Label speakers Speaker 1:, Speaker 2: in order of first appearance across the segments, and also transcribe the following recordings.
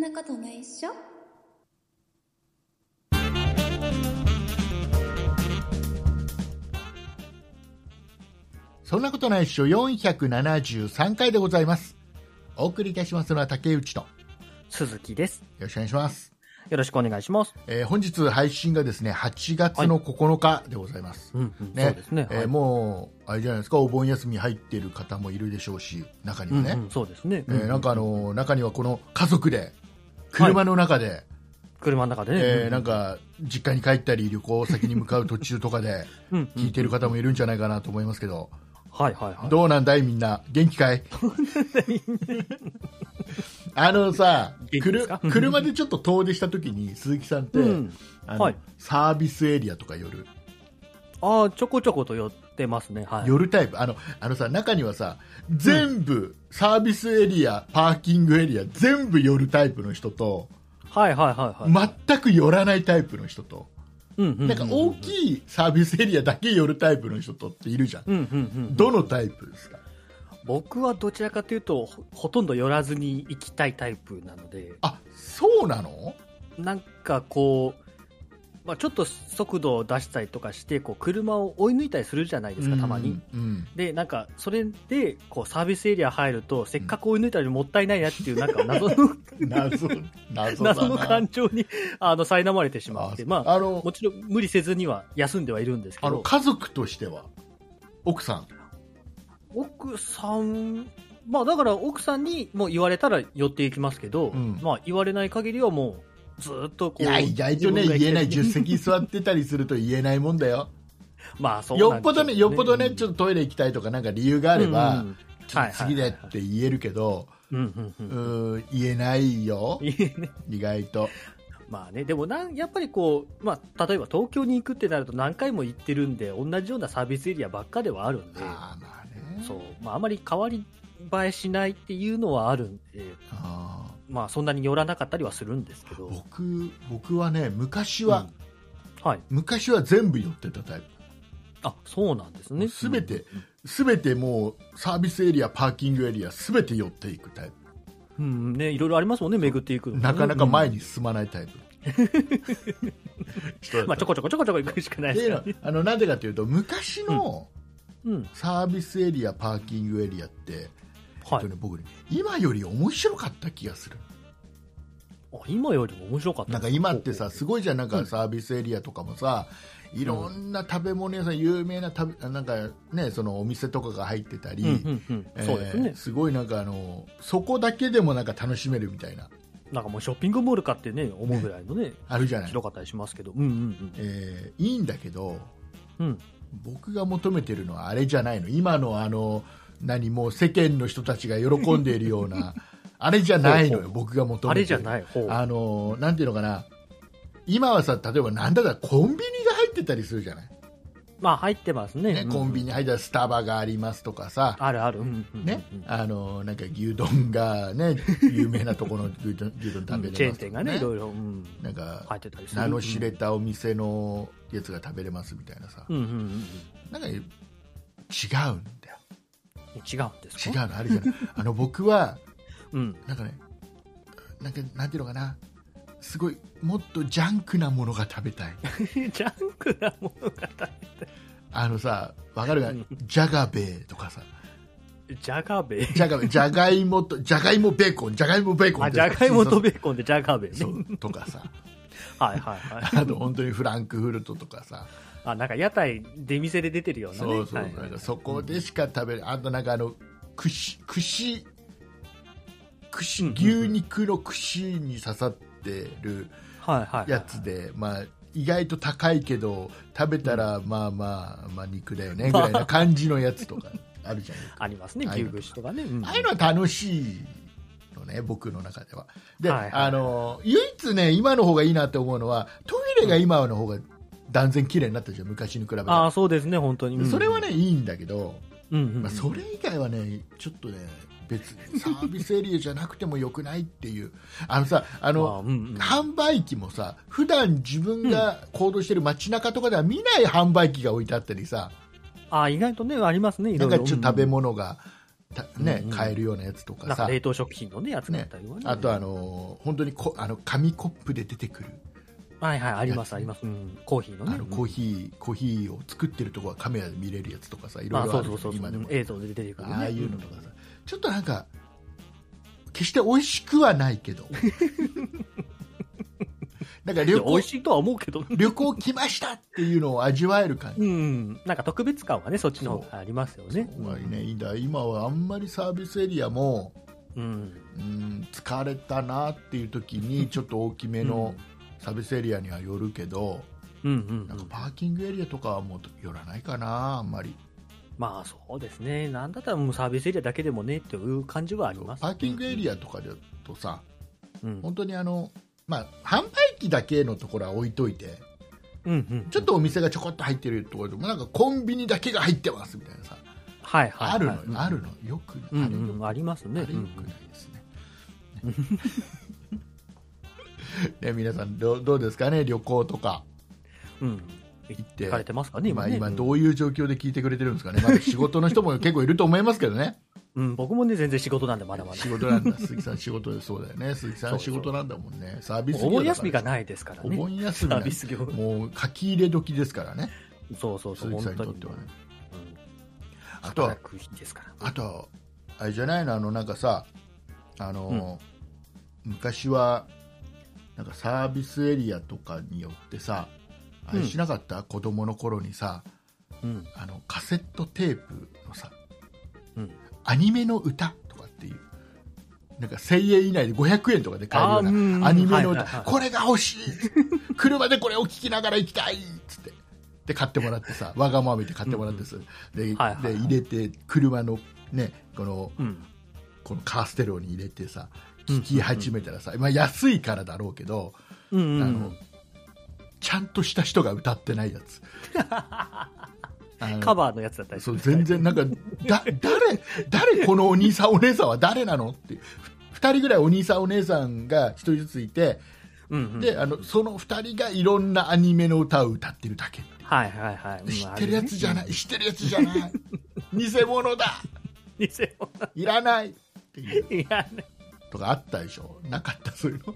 Speaker 1: なことないっしょ
Speaker 2: そんなことないっしょ473回でございます。お送りいたしますのは竹内と。よ
Speaker 3: 鈴木です。
Speaker 2: ろしくお願いします。
Speaker 3: よろしくお願いします。
Speaker 2: えー本日配信がですね、8月の9日でございます。
Speaker 3: うん、うん
Speaker 2: ね
Speaker 3: そうですね。
Speaker 2: えー
Speaker 3: はい
Speaker 2: もう、あれじゃないですか、お盆休み入ってる方もいるでしょうし、中に
Speaker 3: う
Speaker 2: は
Speaker 3: ん、
Speaker 2: ね。
Speaker 3: うんそうですね。
Speaker 2: えーなんかあのー中にはこの家族で、車の中で、
Speaker 3: 車の中でね。
Speaker 2: えーなん
Speaker 3: か、
Speaker 2: か、実家に帰ったり、旅行先に向かう途中とかで、
Speaker 3: うんうん
Speaker 2: 聞いてる方もいるんじゃないかなと思いますけど、
Speaker 3: はいはいはい。
Speaker 2: どうなんだいみんな。元気かいあのさ、
Speaker 3: 元気
Speaker 2: く
Speaker 3: です
Speaker 2: る
Speaker 3: か
Speaker 2: 車でちょっと遠出した時に、鈴木さんって、
Speaker 3: うん。
Speaker 2: あの
Speaker 3: はい
Speaker 2: サービスエリアとか寄る、
Speaker 3: ああ、ちょこちょこと寄ってますね。はい。
Speaker 2: 寄るタイプあのあのさ、中にはさ、全部、サービスエリア、パーキングエリア、全部寄るタイプの人と、
Speaker 3: はいはいはいはい。
Speaker 2: 全く寄らないタイプの人と、
Speaker 3: うんうんう
Speaker 2: なんか大きいサービスエリアだけ寄るタイプの人とっているじゃん。
Speaker 3: うんうんうん。
Speaker 2: どのタイプですか
Speaker 3: 僕はどちらかというと、ほほとんど寄らずに行きたいタイプなので、
Speaker 2: あ、そうなの
Speaker 3: なんかこう、まあ、ちょっと速度を出したりとかして、こう、車を追い抜いたりするじゃないですか、たまに。。
Speaker 2: うん。
Speaker 3: で、なんか、それで、こう、サービスエリア入ると、せっかく追い抜いたのにもったいないなっていう、なんか、謎の、
Speaker 2: 謎、謎だな。
Speaker 3: 謎の感情に、あの、苛まれてしまって、まあ、
Speaker 2: あの
Speaker 3: も、ちろん無理せずには休んではいるんですけ
Speaker 2: あの、
Speaker 3: ど、
Speaker 2: 家族としては、奥さん。
Speaker 3: 奥さん、まあ、だから奥さんにもう言われたら寄っていきますけど、
Speaker 2: うん
Speaker 3: まあ、言われない限りはもう、ずーっとこう、
Speaker 2: いや、意外とね、
Speaker 3: 自分が行きた
Speaker 2: 言えない、助手席に座ってたりすると言えないもんだよ。
Speaker 3: ま あ、そうなん
Speaker 2: よっぽどね、よっぽどね、ちょっとトイレ行きたいとかなんか理由があ
Speaker 3: あ
Speaker 2: れば、ちょ
Speaker 3: はいはいはい
Speaker 2: っと次でって言えるけど、
Speaker 3: うんうんう。
Speaker 2: うんーん、言えないよ、
Speaker 3: いいね
Speaker 2: 意外と。
Speaker 3: まあね、でもなん、やっぱりこう、まあ、例えば東京に行くってなると何回も行ってるんで、同じようなサービスエリアばっかではあるんで、
Speaker 2: ああ、まあね。
Speaker 3: そう、まあ、あまり変わり映えしないっていうのはあるんで、
Speaker 2: あー
Speaker 3: まあ、そんなに寄らなかったりはするんですけど、
Speaker 2: 僕、僕はね、昔は、
Speaker 3: うんはい、
Speaker 2: 昔は全部寄ってたタイプ。
Speaker 3: あそうなんですね。
Speaker 2: すべて、すべてもう、サービスエリア、パーキングエリア、すべて寄っていくタイプ。
Speaker 3: うん、うんね、いろいろありますもんね、巡っていくのもね
Speaker 2: なかなか前に進まないタイ プ。
Speaker 3: うんまあ、ちょこちょこちょこちょこ行くしかない
Speaker 2: って
Speaker 3: です
Speaker 2: いうの
Speaker 3: から
Speaker 2: は
Speaker 3: ね。
Speaker 2: あのなんでかというと昔の
Speaker 3: うん、
Speaker 2: サービスエリア、パーキングエリアって、えっ
Speaker 3: はい
Speaker 2: と。ね、僕ね今より面白かった気がする
Speaker 3: あ今よりも面白かった。
Speaker 2: なんか今ってさ
Speaker 3: ほう
Speaker 2: すごいじゃんなんかサービスエリアとかもさいろんな食べ物屋さん有名な食べなんか、ね、そのお店とかが入ってたり、
Speaker 3: ほううんうんう
Speaker 2: えー
Speaker 3: ん、そうですね。
Speaker 2: すごいなんかあのそこだけでもなんか楽しめるみたいな
Speaker 3: なんかもうショッピングモールかってね、思うぐらいのね、
Speaker 2: あるじゃない、
Speaker 3: 広かったりしますけど、うんうん
Speaker 2: えーいいんだけど
Speaker 3: うん。うん
Speaker 2: 僕が求めてるのはあれじゃないの今のあの何もう世間の人たちが喜んでいるよう なあれじゃないのよ
Speaker 3: ほう
Speaker 2: 僕が求めてる
Speaker 3: あれじゃ
Speaker 2: い
Speaker 3: ない方。
Speaker 2: あのなんていうのかな今はさ例えばなんだかコンビニが入ってたりするじゃない、
Speaker 3: まあ入ってますね。
Speaker 2: ね、コンビ
Speaker 3: ニ。
Speaker 2: ニ入ったらスタバがありますとかさ
Speaker 3: あるある。うんうんうん
Speaker 2: ね、あのなんか牛丼がね有名なところの牛丼牛丼
Speaker 3: う
Speaker 2: 食べれますとか、
Speaker 3: んチェーン店がね、いろいろ、うん
Speaker 2: なんか
Speaker 3: 入ってたりする。
Speaker 2: 名の知れたお店のやつが食べれますみたいなさ、
Speaker 3: うんうんうんうん。
Speaker 2: なんか違うんだよ
Speaker 3: 違うんです
Speaker 2: 違う
Speaker 3: か
Speaker 2: のあるじゃないあの僕は
Speaker 3: うん。
Speaker 2: なんかねなんかなんていうのかなすごいもっとジャンクなものが食べたい
Speaker 3: ジャンクなものが食
Speaker 2: あのさわかるか
Speaker 3: うん
Speaker 2: ジャガベーとかさ
Speaker 3: べジャガベ。
Speaker 2: ジャガベージャガイモとジャガイモベーコンジャガイモベーコン
Speaker 3: あ、
Speaker 2: って
Speaker 3: ジャガイモと
Speaker 2: ベ
Speaker 3: ベーコンでジャガベね。
Speaker 2: そうとかさ
Speaker 3: はいは いはい。
Speaker 2: あと本当にフランクフルトとかさ
Speaker 3: あ、なんか屋台、出店で出てるようなね。
Speaker 2: そうそう、
Speaker 3: はい
Speaker 2: なんかそこでしか食べれあとなんかあの串串串
Speaker 3: うん
Speaker 2: 牛肉の串に刺さってる
Speaker 3: はいはい。
Speaker 2: やつで、まあ、意外と高いけど食べたらまあまあ、まあ、肉だよねぐらいな感じのやつと かあるじゃない
Speaker 3: ありますね、
Speaker 2: ああい
Speaker 3: 牛
Speaker 2: うの
Speaker 3: 串とかね。うん
Speaker 2: ああいうのは楽しいのね僕の中ではで、
Speaker 3: はいはい
Speaker 2: あの唯一ね今の方がいいなって思うのはトイレが今の方が断然綺麗になったじゃん昔に比べて
Speaker 3: ああ、そうですね、本当に。うん
Speaker 2: それはね、、いいんだけど、
Speaker 3: うんうんうん
Speaker 2: まあ、それ以外はねちょっとね別にサービスエリアじゃなくてもよくないっていうあのさあの、
Speaker 3: まあうんうん
Speaker 2: 販売機もさ普段自分が行動してる街中とかでは見ない販売機が置いてあったりさ、
Speaker 3: あ、意外とね、ありますね、い
Speaker 2: な
Speaker 3: ろ
Speaker 2: ん
Speaker 3: いろ。
Speaker 2: かちょっと食べ物がたね
Speaker 3: うんうん
Speaker 2: 買えるようなやつとか
Speaker 3: なんか
Speaker 2: さ
Speaker 3: 冷凍食品のね、やつだったりはね。
Speaker 2: あとあのー本当にこあの紙コップで出てくる
Speaker 3: はいはい、あります、あります。うん、コーヒーのね。
Speaker 2: あのコーヒー、コーヒーを作ってるとこはカメラで見れるやつとかさい
Speaker 3: ま
Speaker 2: ろ
Speaker 3: あ
Speaker 2: いろ
Speaker 3: そ
Speaker 2: あ
Speaker 3: う
Speaker 2: る
Speaker 3: そ
Speaker 2: じ
Speaker 3: う
Speaker 2: ゃん
Speaker 3: そうそ
Speaker 2: 今で
Speaker 3: う
Speaker 2: も。
Speaker 3: 映像で出てるからね。
Speaker 2: ああいうのとかさちょっとなんか決して美味しくはない けどなんか
Speaker 3: いや
Speaker 2: 旅
Speaker 3: 美
Speaker 2: 行
Speaker 3: 味しいとは思うけど。
Speaker 2: 旅行来ましたっていうのを味わえる感じ
Speaker 3: うん。なんか特別感はね、そっちの方がありますよね。
Speaker 2: まあね、いいんだ今はあんまりサービスエリアも
Speaker 3: うん。
Speaker 2: うん疲れたなっていう時にちょっと大きめのサービスエリアには寄るけど、
Speaker 3: うんうんう
Speaker 2: なんか
Speaker 3: ん。
Speaker 2: パーキングエリアとかはもう寄らないかなあんまり
Speaker 3: まあそうですね。なんだったらもうサービスエリアだけでもねっていう感じはあります。
Speaker 2: パーキングエリアとかだとさ
Speaker 3: うん。
Speaker 2: 本当にあの、まあ、販売機だけのところは置いといて
Speaker 3: うんうん。
Speaker 2: ちょっとお店がちょこっと入ってるところでもなんかコンビニだけが入ってますみたいなさ、
Speaker 3: はいはいはい。
Speaker 2: あるのよ、
Speaker 3: うん
Speaker 2: あるのよくない、
Speaker 3: うん
Speaker 2: あれよ
Speaker 3: うんありますね。
Speaker 2: あれよくないですね。 ねね皆さんどうどうですかね旅行とか
Speaker 3: うんうん。
Speaker 2: 行って
Speaker 3: 行かれてますかね、
Speaker 2: 今
Speaker 3: 今ね。
Speaker 2: 今
Speaker 3: うん
Speaker 2: どういう状況で聞いてくれてるんですかね、まだ仕事の人も結構いると思いますけどね
Speaker 3: うん、僕もね、全然仕事なんでまだまだ
Speaker 2: 仕。事なんだ 鈴木さん仕事でそうだよね鈴木さ
Speaker 3: そ
Speaker 2: ん
Speaker 3: う
Speaker 2: 仕
Speaker 3: そう
Speaker 2: 事なんだもんねサービス
Speaker 3: お盆休みが
Speaker 2: い
Speaker 3: ないですから
Speaker 2: お
Speaker 3: ね。
Speaker 2: 盆休
Speaker 3: サ
Speaker 2: みなん
Speaker 3: ー
Speaker 2: て
Speaker 3: ビス業。
Speaker 2: もう書き入れ時ですからね、
Speaker 3: そうそうそ
Speaker 2: 鈴
Speaker 3: う、
Speaker 2: 木
Speaker 3: 本
Speaker 2: さんに
Speaker 3: 当
Speaker 2: と
Speaker 3: に。
Speaker 2: ってはね。
Speaker 3: うん
Speaker 2: あとは
Speaker 3: 働、く日ですから。
Speaker 2: あと、あれじゃないの、あの、なんかさ、あの、昔は、なんかサービスエリアとかによってさ、あれしなかった、子供の頃にさ、
Speaker 3: うん。
Speaker 2: あの、カセットテープのさ、
Speaker 3: うん。
Speaker 2: アニメの歌とかっていう、なんか1000円以内で500円とかで買えるよ
Speaker 3: あー
Speaker 2: う
Speaker 3: うん
Speaker 2: なアニメの
Speaker 3: はいはいは
Speaker 2: 歌
Speaker 3: い、
Speaker 2: これが欲しい車でこれを聴きながら行きたいっつって。で、買ってもらってさ、わがまま見て買ってもらってさ、で、で
Speaker 3: はいはいはい
Speaker 2: 入れて、車のね、この、
Speaker 3: うん。
Speaker 2: このカーステレオに入れてさ、聴き始めたらさ、まあ安いからだろうけど、
Speaker 3: うんう
Speaker 2: あ
Speaker 3: ん
Speaker 2: の、ちゃんとした人が歌ってないやつ。 あ
Speaker 3: う
Speaker 2: の
Speaker 3: ん。カバーのやつだったりす
Speaker 2: そう
Speaker 3: る
Speaker 2: 全然なんかだ誰誰このお兄さんお姉さんは誰なのって2人ぐらいお兄さんお姉さんが1人ずついて、
Speaker 3: うんうん。
Speaker 2: であのその2人がいろんなアニメの歌を歌ってるだけっていう
Speaker 3: はいはいはい。。
Speaker 2: 知ってるやつじゃないい知ってるやつじゃない偽物だ
Speaker 3: 偽物
Speaker 2: いらないっていう
Speaker 3: いやね
Speaker 2: とかあったでしょなかったそういうの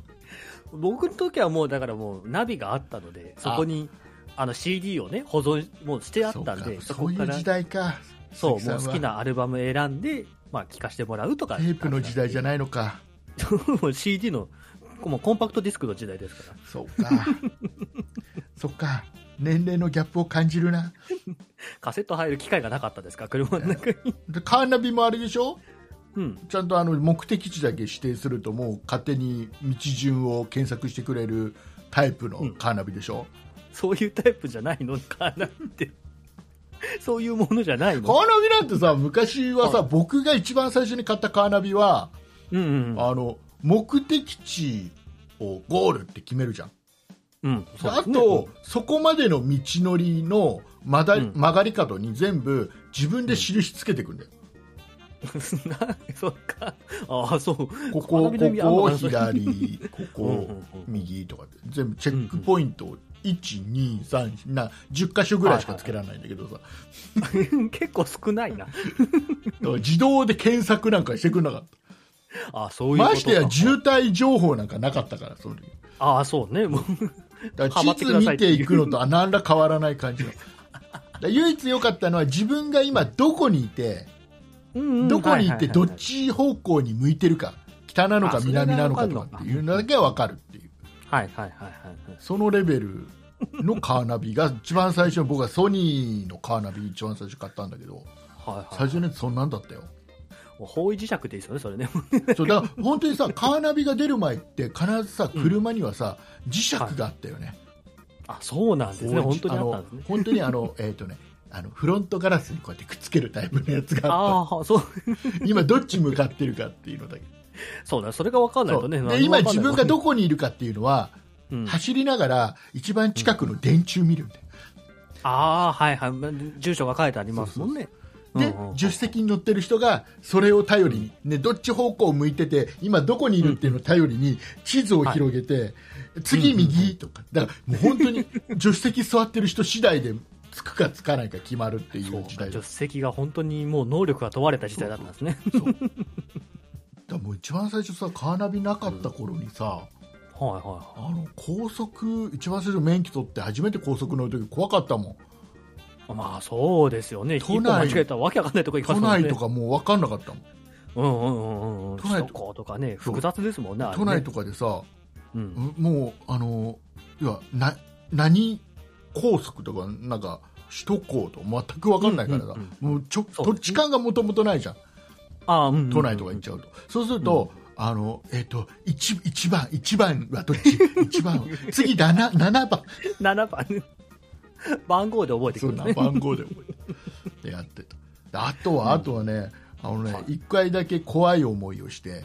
Speaker 3: 僕の時はもう、だからもう、ナビがあったので、そこに、あの CD をね、保存、もうしてあったんで、
Speaker 2: そうか
Speaker 3: そ
Speaker 2: そ
Speaker 3: こ
Speaker 2: うい
Speaker 3: か
Speaker 2: う
Speaker 3: ら
Speaker 2: 時、代か
Speaker 3: そう、
Speaker 2: 鈴木
Speaker 3: も
Speaker 2: さ
Speaker 3: う
Speaker 2: ん
Speaker 3: 好
Speaker 2: は
Speaker 3: きなアルバム選んで、まあ、聴かせてもらうとか。
Speaker 2: テープの時代じゃないのか
Speaker 3: もう CD の、もうコンパクトディスクの時代ですから。
Speaker 2: そうかそっか年齢のギャップを感じるな
Speaker 3: カセット入る機会がなかったですから、車の中に。
Speaker 2: でカーナビもあれでしょ
Speaker 3: うん。
Speaker 2: ちゃんとあの目的地だけ指定するともう勝手に道順を検索してくれるタイプのカーナビでしょ、
Speaker 3: そういうタイプじゃないのかなって。そういうものじゃない
Speaker 2: カー
Speaker 3: の。
Speaker 2: ナビなんてさ昔はさ、僕が一番最初に買ったカーナビは、
Speaker 3: うんうん。
Speaker 2: あの目的地をゴールって決めるじゃん、
Speaker 3: うん。
Speaker 2: で
Speaker 3: そうで
Speaker 2: あ
Speaker 3: すね
Speaker 2: と、、そこまでの道のりの曲がり,、
Speaker 3: うん
Speaker 2: 曲がり角に全部自分で印つけてくんだよ、
Speaker 3: うん なそっか。ああ、そう。
Speaker 2: こ
Speaker 3: カー
Speaker 2: こ
Speaker 3: ナビの意味
Speaker 2: ここ
Speaker 3: あんのかな
Speaker 2: 左ここ、
Speaker 3: うんうんうん
Speaker 2: 右とかって全部チェックポイントを123な10箇所ぐらいしかつけられないんだけどさ、
Speaker 3: 結構少ない
Speaker 2: だ
Speaker 3: な。
Speaker 2: から自動で検索なんかしてくれなかっ
Speaker 3: あそうい
Speaker 2: た
Speaker 3: うこ
Speaker 2: ま
Speaker 3: とか
Speaker 2: してや渋滞情報なんかなかったからその時
Speaker 3: ああ、そうね。もう
Speaker 2: だか
Speaker 3: は
Speaker 2: ら
Speaker 3: まって
Speaker 2: 地
Speaker 3: く
Speaker 2: 図
Speaker 3: ださい
Speaker 2: 見ていくのとあ何ら変わらない感 じのだから唯一良かったのは自分が今どこにいて
Speaker 3: うん うん
Speaker 2: どこにい
Speaker 3: はいはい
Speaker 2: て
Speaker 3: はい
Speaker 2: どっち方向に向いてるか北なのか
Speaker 3: あそれが
Speaker 2: 南なのかとかっていうのだけは分かるっていう
Speaker 3: はいはいはいはいはい。
Speaker 2: そのレベルのカーナビが一番最初僕はソニーのカーナビ一番最初買ったんだけど
Speaker 3: はいはい、
Speaker 2: 最初のやつそんなんだったよ
Speaker 3: もう方位磁石でいいですよね、それね。
Speaker 2: そうだから本当にさカーナビが出る前って必ずさ車にはさ磁石があったよね、
Speaker 3: あそうなんです
Speaker 2: こ
Speaker 3: ね。
Speaker 2: う
Speaker 3: 本当にあったんです
Speaker 2: あの
Speaker 3: ね。
Speaker 2: 本当にあ のえっ、とねあのフロントガラスにこうやってくっつけるタイプのやつがあっ
Speaker 3: ああ、そう、
Speaker 2: た今どっち向かってるかっていうのだけ
Speaker 3: そうだ、それが分かんない
Speaker 2: そう
Speaker 3: とね。
Speaker 2: で今自分が
Speaker 3: こ、
Speaker 2: どこにいるかっていうのは
Speaker 3: うん、
Speaker 2: 走りながら一番近くの電柱見るんだよ
Speaker 3: ああ、はいはい。ま住所が書いてありますもんね。
Speaker 2: で、
Speaker 3: うんうん
Speaker 2: 助手席に乗ってる人がそれを頼りに、ね、どっち方向を向いてて今どこにいるっていうのを頼りに地図を広げて、次右とか、だからもう本当に助手席座ってる人次第でつくかつかないか決まるってい
Speaker 3: そう
Speaker 2: う
Speaker 3: か
Speaker 2: 時代
Speaker 3: 助
Speaker 2: だ
Speaker 3: 手席が本当にもう能力が問われた時代だったんですね。
Speaker 2: そうだからもう一番最初さカーナビなかった頃にさ、
Speaker 3: はいは
Speaker 2: あの高速一番最初免許取って初めて高速乗る時怖かったもん
Speaker 3: い。まあそうですよね。一
Speaker 2: 都
Speaker 3: 歩
Speaker 2: 内
Speaker 3: 間違えたらわけわかんないとこ行きます
Speaker 2: 都
Speaker 3: もんね。
Speaker 2: 内とかもう分かんなかったもん、
Speaker 3: うんうんうんうんうん。
Speaker 2: 都内
Speaker 3: 首都高とかね、複雑ですもんね。あれ
Speaker 2: 都
Speaker 3: ね
Speaker 2: 内とかでさ
Speaker 3: うん。
Speaker 2: うもうあの要はな何高速とかなんか首都高と全く分かんないからさ、
Speaker 3: うんうん
Speaker 2: もうちょ
Speaker 3: そう
Speaker 2: 土地勘がもともとないじゃん
Speaker 3: ああ、うんうんうん。
Speaker 2: 都内とか行っちゃうと、そうすると、あのえっ、と 1, 一番一番はどっち 一番は次 7, 7番
Speaker 3: 7番ね番号で覚えてく
Speaker 2: そ
Speaker 3: る
Speaker 2: ん
Speaker 3: んだ
Speaker 2: な
Speaker 3: ね
Speaker 2: 番号で覚えてでやってたであとは、あとはねあのね、
Speaker 3: はい
Speaker 2: 1回だけ怖い思いをして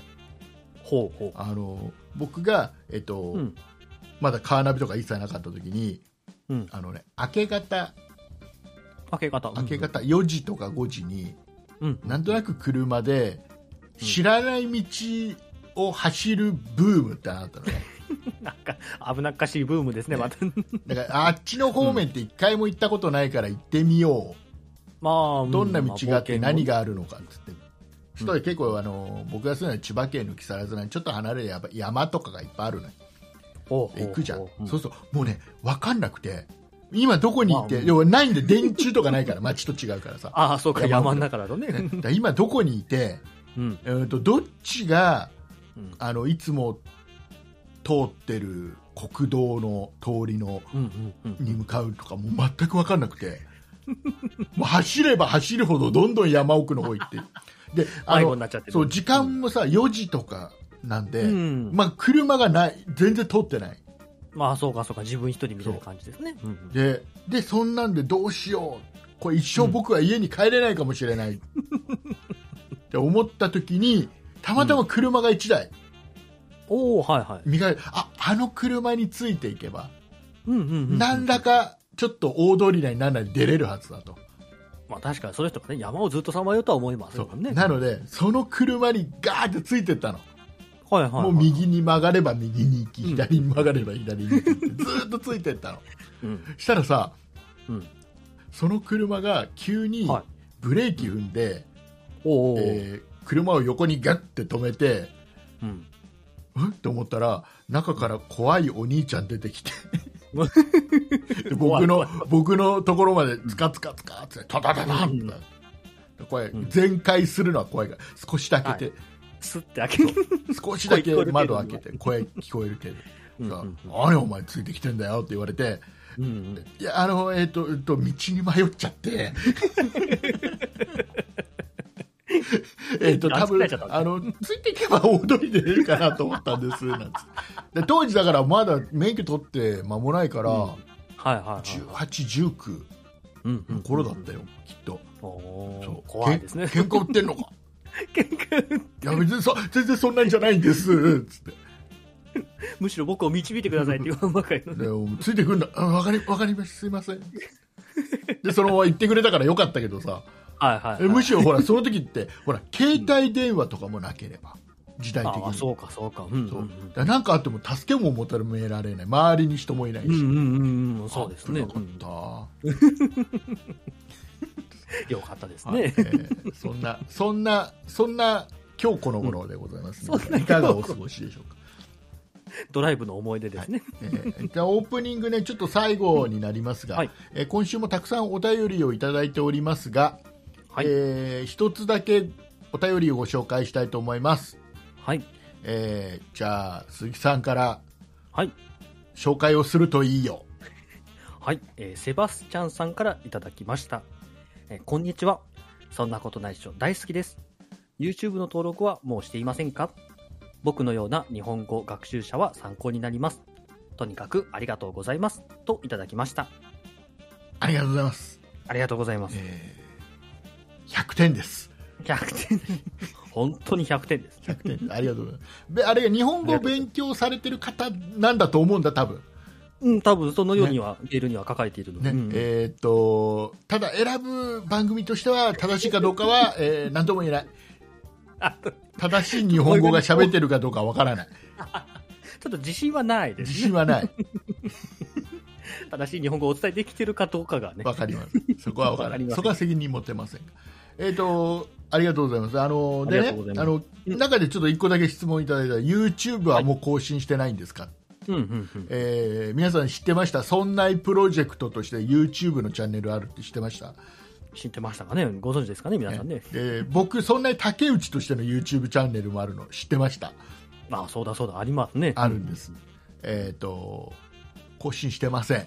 Speaker 3: ほうほ
Speaker 2: あの僕が、えっと
Speaker 3: ううん
Speaker 2: まだカーナビとか一切なかった時に
Speaker 3: うん
Speaker 2: あの、ね、明け方
Speaker 3: 明け方
Speaker 2: 明け方4時とか5時に
Speaker 3: うん
Speaker 2: なんとなく車で知らない道を走るブームってなった のね、
Speaker 3: なんか危なっかしいブームですね
Speaker 2: ね
Speaker 3: また
Speaker 2: だからあっちの方面って一回も行ったことないから行ってみよ
Speaker 3: まあ
Speaker 2: う、どんな道があって何
Speaker 3: が
Speaker 2: があるのかっつって、そしたら結構あの僕が住んでる千葉県の木更津なんでちょっと離れてやっぱ山とかがいっぱいあるのよ
Speaker 3: 行
Speaker 2: 行くじゃん、
Speaker 3: そ
Speaker 2: そうするともうね分かんなくて今どこに行って、
Speaker 3: まあ
Speaker 2: 要はないんで電柱とかないから街と違うからさ
Speaker 3: ああそうか
Speaker 2: 山
Speaker 3: 山
Speaker 2: 奥
Speaker 3: の中だとね
Speaker 2: ねだから今どこにいて、
Speaker 3: うん
Speaker 2: えー、とどっちが
Speaker 3: うん
Speaker 2: あのいつも通ってる国道の通りの
Speaker 3: うんうんうん
Speaker 2: に向かうとかもう全く分かんなくて もう走れば走るほどどんどん山奥の方行ってであ
Speaker 3: 迷子
Speaker 2: の
Speaker 3: になっちゃってる
Speaker 2: そう時間もさ4時とかなんで、
Speaker 3: うん
Speaker 2: まあ、車がない全然通ってない
Speaker 3: まあそうかそうか自分一人みたいな感じですねうんうん
Speaker 2: ででそんなんでどうしようこれ一生僕は家に帰れないかもしれ ない、って思った時にたまたま車が1台、
Speaker 3: おおはいはい
Speaker 2: 見かけああの車についていけば、
Speaker 3: うんうんうんうん
Speaker 2: 何らかちょっと大通りなりなんなり出れるはずだと、
Speaker 3: まあ確かにその人がね山をずっとさまようとは思います
Speaker 2: そ
Speaker 3: も
Speaker 2: うん
Speaker 3: ね
Speaker 2: なのでその車にガーってついてったの、
Speaker 3: はいはいはい
Speaker 2: もう右に曲がれば右に行き
Speaker 3: うん
Speaker 2: 左に曲がれば左に行きってずーっとついてったの
Speaker 3: うん
Speaker 2: したらさ
Speaker 3: うん
Speaker 2: その車が急に
Speaker 3: はい
Speaker 2: ブレーキ踏んで、
Speaker 3: おお
Speaker 2: えー車を横にガッて止めて
Speaker 3: うん
Speaker 2: うんって思ったら中から怖いお兄ちゃん出て きてで僕の僕のところまでつかつかつかってタタタタンってこれ
Speaker 3: うん
Speaker 2: 全開するのは怖いから少しだけて、
Speaker 3: すって開ける
Speaker 2: 少しだけ
Speaker 3: 声聞こえるけど
Speaker 2: 窓開けて声聞こえるけど
Speaker 3: うん
Speaker 2: さ
Speaker 3: うんうん
Speaker 2: 何お前ついてきてんだよって言われて
Speaker 3: うんうん
Speaker 2: いやあのえっ、と,、えっと道に迷っちゃってえっと多
Speaker 3: 間違
Speaker 2: 分
Speaker 3: えちゃった
Speaker 2: あのついていけば大通りでいいかなと思ったんですなんつってで当時だからまだ免許取って間もないから、
Speaker 3: うんはいはいはい
Speaker 2: 1819
Speaker 3: うんうん
Speaker 2: の頃だったよ、きっと
Speaker 3: おー
Speaker 2: そう
Speaker 3: 怖いですね。
Speaker 2: けん喧嘩売ってんの かいや別にそ全然そんなんじゃないんですつって
Speaker 3: むしろ僕を導いてくださいって言わんばかり の。
Speaker 2: でもうついてくんだあわかりわかりますすいませんでそのまま言ってくれたからよかったけどさ
Speaker 3: はいはい、はい。
Speaker 2: えむしろほらその時ってほら携帯電話とかもなければ時代的
Speaker 3: ああ、
Speaker 2: に
Speaker 3: そうかそうか。うんうん
Speaker 2: そうだからなんかあっても助けも求められない周りに人もいないし、
Speaker 3: うん。うんうんうんうん、そうですね。
Speaker 2: 危なかっ
Speaker 3: うん
Speaker 2: た、
Speaker 3: よかったです
Speaker 2: はい
Speaker 3: ね。
Speaker 2: えーそんな、そんな、そんな今日この頃でございます、
Speaker 3: うんそんな今日
Speaker 2: いかがお過ごしでしょうか。
Speaker 3: ドライブの思い出ですね。
Speaker 2: えーじゃあオープニングね、ちょっと最後になりますが、
Speaker 3: はい
Speaker 2: えー今週もたくさんお便りをいただいておりますが、
Speaker 3: はい。
Speaker 2: えー一つだけお便りをご紹介したいと思います。
Speaker 3: はい。
Speaker 2: えーじゃあ、鈴木さんから
Speaker 3: はい。
Speaker 2: 紹介をするといいよ。
Speaker 3: はい、えーセバスチャンさんからいただきました、えーこんにちはそんなことないっしょ大好きです YouTube の登録はもうしていませんか僕のような日本語学習者は参考になりますとにかくありがとうございますといただきました
Speaker 2: ありがとうございます。
Speaker 3: ありがとうございます
Speaker 2: えー100点です。
Speaker 3: 100点 本当に100点です
Speaker 2: 100点ありがとうございますで。あれが日本語を勉強されてる方なんだと思うんだ、多分。
Speaker 3: うん多分そのようには、メールには書かれているの
Speaker 2: ね
Speaker 3: で、うん
Speaker 2: えーっとただ選ぶ番組としては正しいかどうかは、えー何とも言えない
Speaker 3: あ
Speaker 2: 正しい日本語が喋ってるかどうかわからない
Speaker 3: ちょっと自信はないです
Speaker 2: 自信はない
Speaker 3: 正しい日本語をお伝えできてるかどうかがね。
Speaker 2: わかります。 そこはわから
Speaker 3: わ
Speaker 2: な
Speaker 3: かり
Speaker 2: い
Speaker 3: ま。せん
Speaker 2: そこは責任持てませんが。えっ、と、ありがとうございます。あの、
Speaker 3: あ
Speaker 2: で
Speaker 3: りがとうご
Speaker 2: ね
Speaker 3: ざい、ます
Speaker 2: あの、中でちょっと一個だけ質問いただいた、YouTube はもう更新してないんですか、
Speaker 3: うんうんうん。
Speaker 2: えー皆さん知ってましたそんないプロジェクトとして YouTube のチャンネルあるって知ってました
Speaker 3: 知ってましたかねご存知ですかね皆さんね。
Speaker 2: えー僕、そんない竹内としての YouTube チャンネルもあるの知ってました
Speaker 3: ああ、そうだそうだ、ありますね。
Speaker 2: あるんです。えっ、と、更新してません。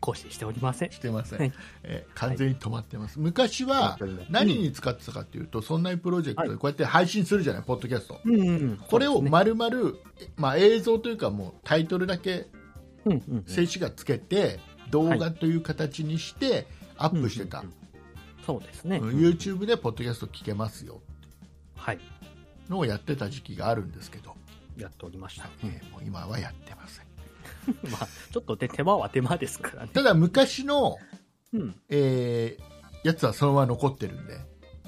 Speaker 3: 講師しておりません。
Speaker 2: してません、
Speaker 3: はい
Speaker 2: えー完全に止まってます、昔は
Speaker 3: 止まっております
Speaker 2: 何に使ってたかというと、そんなプロジェクトでこうやって配信するじゃない、ポッドキャスト、
Speaker 3: うんうんうん。
Speaker 2: これを
Speaker 3: そうですね
Speaker 2: 丸々、えまあ、映像というか、もうタイトルだけ
Speaker 3: うんうんうん
Speaker 2: 静止画つけて、動画という形にしてアップしてた、
Speaker 3: うんうんうんそうですね。
Speaker 2: うん YouTube でポッドキャスト聞けますよ
Speaker 3: はい。
Speaker 2: のをやってた時期があるんですけど、
Speaker 3: やっておりました。
Speaker 2: えーもう今はやってません。
Speaker 3: まあ、ちょっとで手間は手間ですからね。
Speaker 2: ただ昔の、
Speaker 3: うん。
Speaker 2: えーやつはそのまま残ってるんで、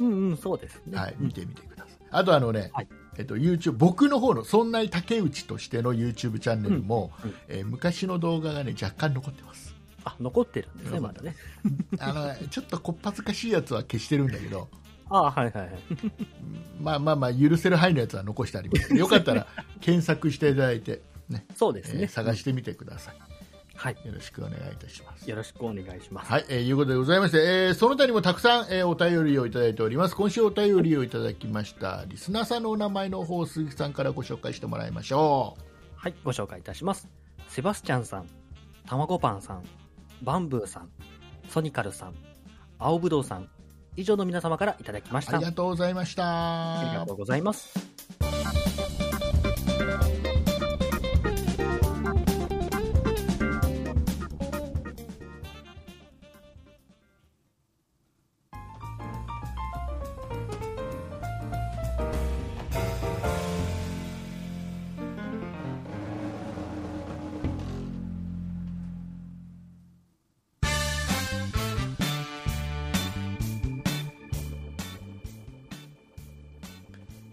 Speaker 3: うんうん、そうですね。
Speaker 2: はい、
Speaker 3: うん
Speaker 2: 見てみてください。あとあのね、
Speaker 3: はい
Speaker 2: えっと YouTube 僕の方のそんな竹内としての YouTube チャンネルも、
Speaker 3: うんうん
Speaker 2: えー昔の動画がね若干残ってます。
Speaker 3: あ、残ってるんですね、
Speaker 2: 残
Speaker 3: ま
Speaker 2: って
Speaker 3: だね。
Speaker 2: あ のちょっとこっぱずかしいやつは消してるんだけど、
Speaker 3: ああ、はいはいはい。
Speaker 2: まあまあまあ許せる範囲のやつは残してありますので。よか ったら検索していただいて、ね
Speaker 3: そうで
Speaker 2: え
Speaker 3: す
Speaker 2: ー
Speaker 3: ね。
Speaker 2: 探してみてくださ
Speaker 3: はい。
Speaker 2: い。よろしくお願いいたします。
Speaker 3: よろしくお願いします。
Speaker 2: はい、えーいうことでございまして、えーその他にもたくさん、えーお便りをいただいております。今週お便りをいただきました、リスナーさんのお名前の方、鈴木さんからご紹介してもらいましょう。
Speaker 3: はい、ご紹介いたします。セバスチャンさん、たまごパンさん、バンブーさん、ソニカルさん、青ぶどうさん、以上の皆様からいただきまし
Speaker 2: あ
Speaker 3: た。あ
Speaker 2: りがとうございました。
Speaker 3: りがとうございます。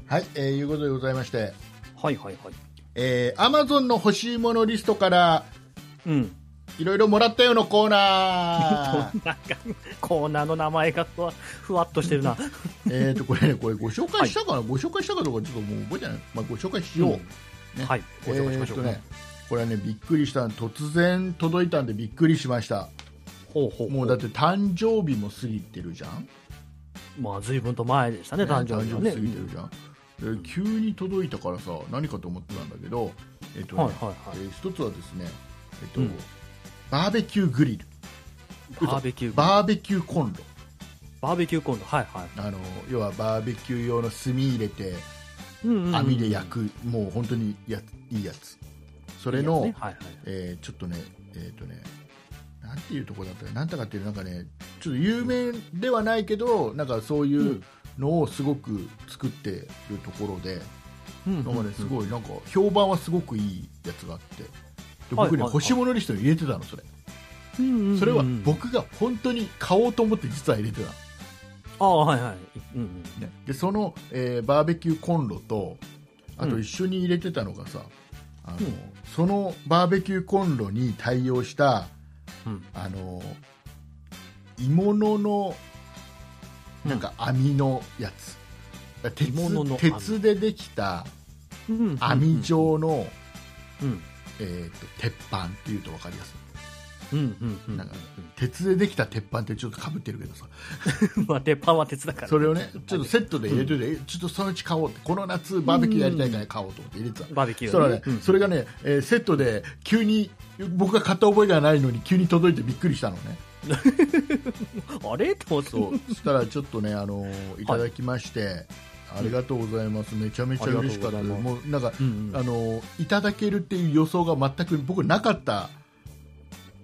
Speaker 2: はい、えーいうことでございまして、
Speaker 3: はいはいはい。
Speaker 2: えー、Amazon の欲しいものリストから
Speaker 3: うん。
Speaker 2: いろいろもらったよのコー ナー。
Speaker 3: なんか、コーナーの名前がふわふわっとしてるな。
Speaker 2: えっと、これね、これご紹介したかな、ご紹介したかどうかちょっともう覚えてない。まあ、ご紹介しよう。
Speaker 3: うん
Speaker 2: ね
Speaker 3: はい、ご紹介しましょう。
Speaker 2: えーとね、これはね、びっくりした。突然届いたんでびっくりしました。
Speaker 3: ほうほうほう
Speaker 2: もうだって誕生日も過ぎてるじゃん。
Speaker 3: まあ、随分と前でしたね、誕生日はね。
Speaker 2: 過ぎてるじゃん。で急に届いたからさ、何かと思ってたんだけど、えっ、とね、
Speaker 3: はいはいはい
Speaker 2: えー一つはですね、えっ、と、
Speaker 3: うん
Speaker 2: バーベキューグリル。
Speaker 3: バーベキュー、バ
Speaker 2: バーベキューコンロ
Speaker 3: ーベキューコンロ、はいはい。
Speaker 2: あの要はバーベキュー用の炭入れて
Speaker 3: うんうんうん
Speaker 2: 網で焼く、もう本当にやいいやつそれ
Speaker 3: い
Speaker 2: の
Speaker 3: いですねはいはい。
Speaker 2: えーちょっとねえっ、とねなんていうとこだったかなんとかっていうなんかねちょっと有名ではないけどなんかそういうのをすごく作ってるところで、
Speaker 3: うんうん
Speaker 2: なんかねすごいなんか評判はすごくいいやつがあってで
Speaker 3: はい
Speaker 2: 僕ね、
Speaker 3: はいはい
Speaker 2: 欲しいものリストに入れてたのそれ
Speaker 3: うんうんうん
Speaker 2: それは僕が本当に買おうと思って実は入れてたの
Speaker 3: ああ、はいはい。うんうん
Speaker 2: ね、でその、えーバーベキューコンロとあと
Speaker 3: うん
Speaker 2: 一緒に入れてたのがさ、あの
Speaker 3: うん
Speaker 2: そのバーベキューコンロに対応した
Speaker 3: うん
Speaker 2: あの鋳物のなんか網のやつ、鉄
Speaker 3: 鋳物の網
Speaker 2: 鉄でできた
Speaker 3: うんうんうん
Speaker 2: 網状の、
Speaker 3: うん
Speaker 2: えー、と鉄板っていうと分かりやすい
Speaker 3: うんうんうん
Speaker 2: なんか鉄でできた鉄板ってちょっとかぶってるけどさ
Speaker 3: まあ鉄板は鉄だから
Speaker 2: それをねちょっとセットで入れてて、ちょっとそのうち買おうってこの夏バーベキューやりたいから買おうと思って入れてた、
Speaker 3: バーベキュ
Speaker 2: そ
Speaker 3: ー
Speaker 2: ら
Speaker 3: ね
Speaker 2: ね
Speaker 3: うん
Speaker 2: それがね、えーセットで急に僕が買った覚えがないのに急に届いてびっくりしたのね
Speaker 3: あれと思って
Speaker 2: そうそしたらちょっとね、あのーいただきまして、ありがとうございますめちゃめちゃ嬉しかった
Speaker 3: あ
Speaker 2: で
Speaker 3: り
Speaker 2: す
Speaker 3: がとう
Speaker 2: もうなんか、
Speaker 3: うん
Speaker 2: あのーいただけるっていう予想が全く僕なかった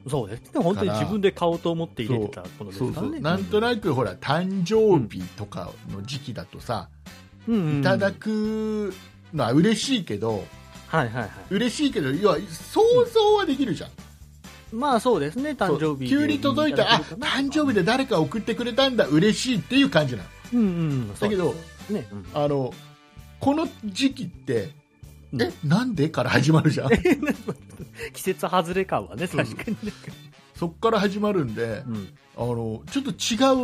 Speaker 3: うんそうですね本当に自分で買おうと思って入れてたものです
Speaker 2: そう
Speaker 3: か
Speaker 2: そ
Speaker 3: ら
Speaker 2: う
Speaker 3: ね
Speaker 2: なんとなくほら誕生日とかの時期だとさ、
Speaker 3: うんうん
Speaker 2: いただくのは嬉しいけど
Speaker 3: はいはいはい
Speaker 2: 嬉しいけど要は想像はできるじゃん
Speaker 3: まあそうですね誕
Speaker 2: そ
Speaker 3: 生
Speaker 2: う
Speaker 3: 日
Speaker 2: 急に届いたあ誕生日
Speaker 3: で
Speaker 2: で誰か送ってくれたんだ嬉しいっていう感じなの
Speaker 3: うんうん
Speaker 2: だけど
Speaker 3: そうですねうん
Speaker 2: あのこの時期って
Speaker 3: うん
Speaker 2: えなんでから始まるじゃん
Speaker 3: 季節外れ感はね、確かに。
Speaker 2: そっから始まるんで
Speaker 3: う、ん。
Speaker 2: あのちょっと違う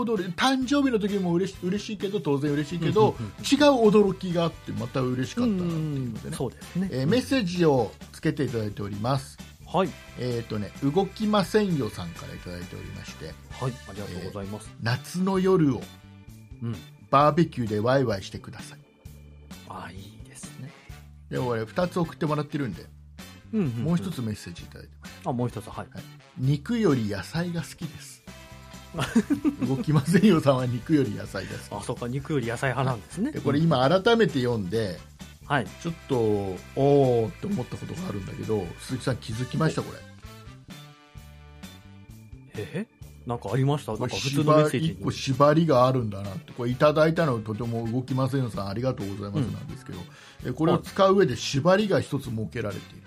Speaker 2: 驚き誕生日の時も嬉し嬉しいけど当然嬉しいけど、
Speaker 3: うんうんうん
Speaker 2: 違う驚きがあってまた嬉しかったなっていうのでね、
Speaker 3: そうですね。
Speaker 2: えーメッセージをつけていただいております
Speaker 3: はい。
Speaker 2: えっ、とね動きませんよさんからいただいておりまして
Speaker 3: はい。ありがとうございます。
Speaker 2: 夏の夜を
Speaker 3: うん。
Speaker 2: バーベキューでワイワイしてください
Speaker 3: あ、いいですね。
Speaker 2: で俺2つ送ってもらってるんで
Speaker 3: うんんん
Speaker 2: もう一。つメッセージいただいてます、
Speaker 3: あ、もう一つ。はい。
Speaker 2: 肉より野菜が好きです 動きませんよさんは肉より野菜が好
Speaker 3: あ、そうか。肉より野菜派なんですね
Speaker 2: きで。これ今改めて読んで、
Speaker 3: はい。
Speaker 2: ちょっとおーって思ったことがあるんだけど鈴木さん気づきましたこれ
Speaker 3: ええなんかありましたなん
Speaker 2: こ
Speaker 3: か
Speaker 2: れ
Speaker 3: 普通のメッセージ
Speaker 2: 一個縛りがあるんだなってこれいただいたのとても動きませんよさんありがとうございます
Speaker 3: うん
Speaker 2: なんですけど、えこれを使う上で縛りが一つ設けられている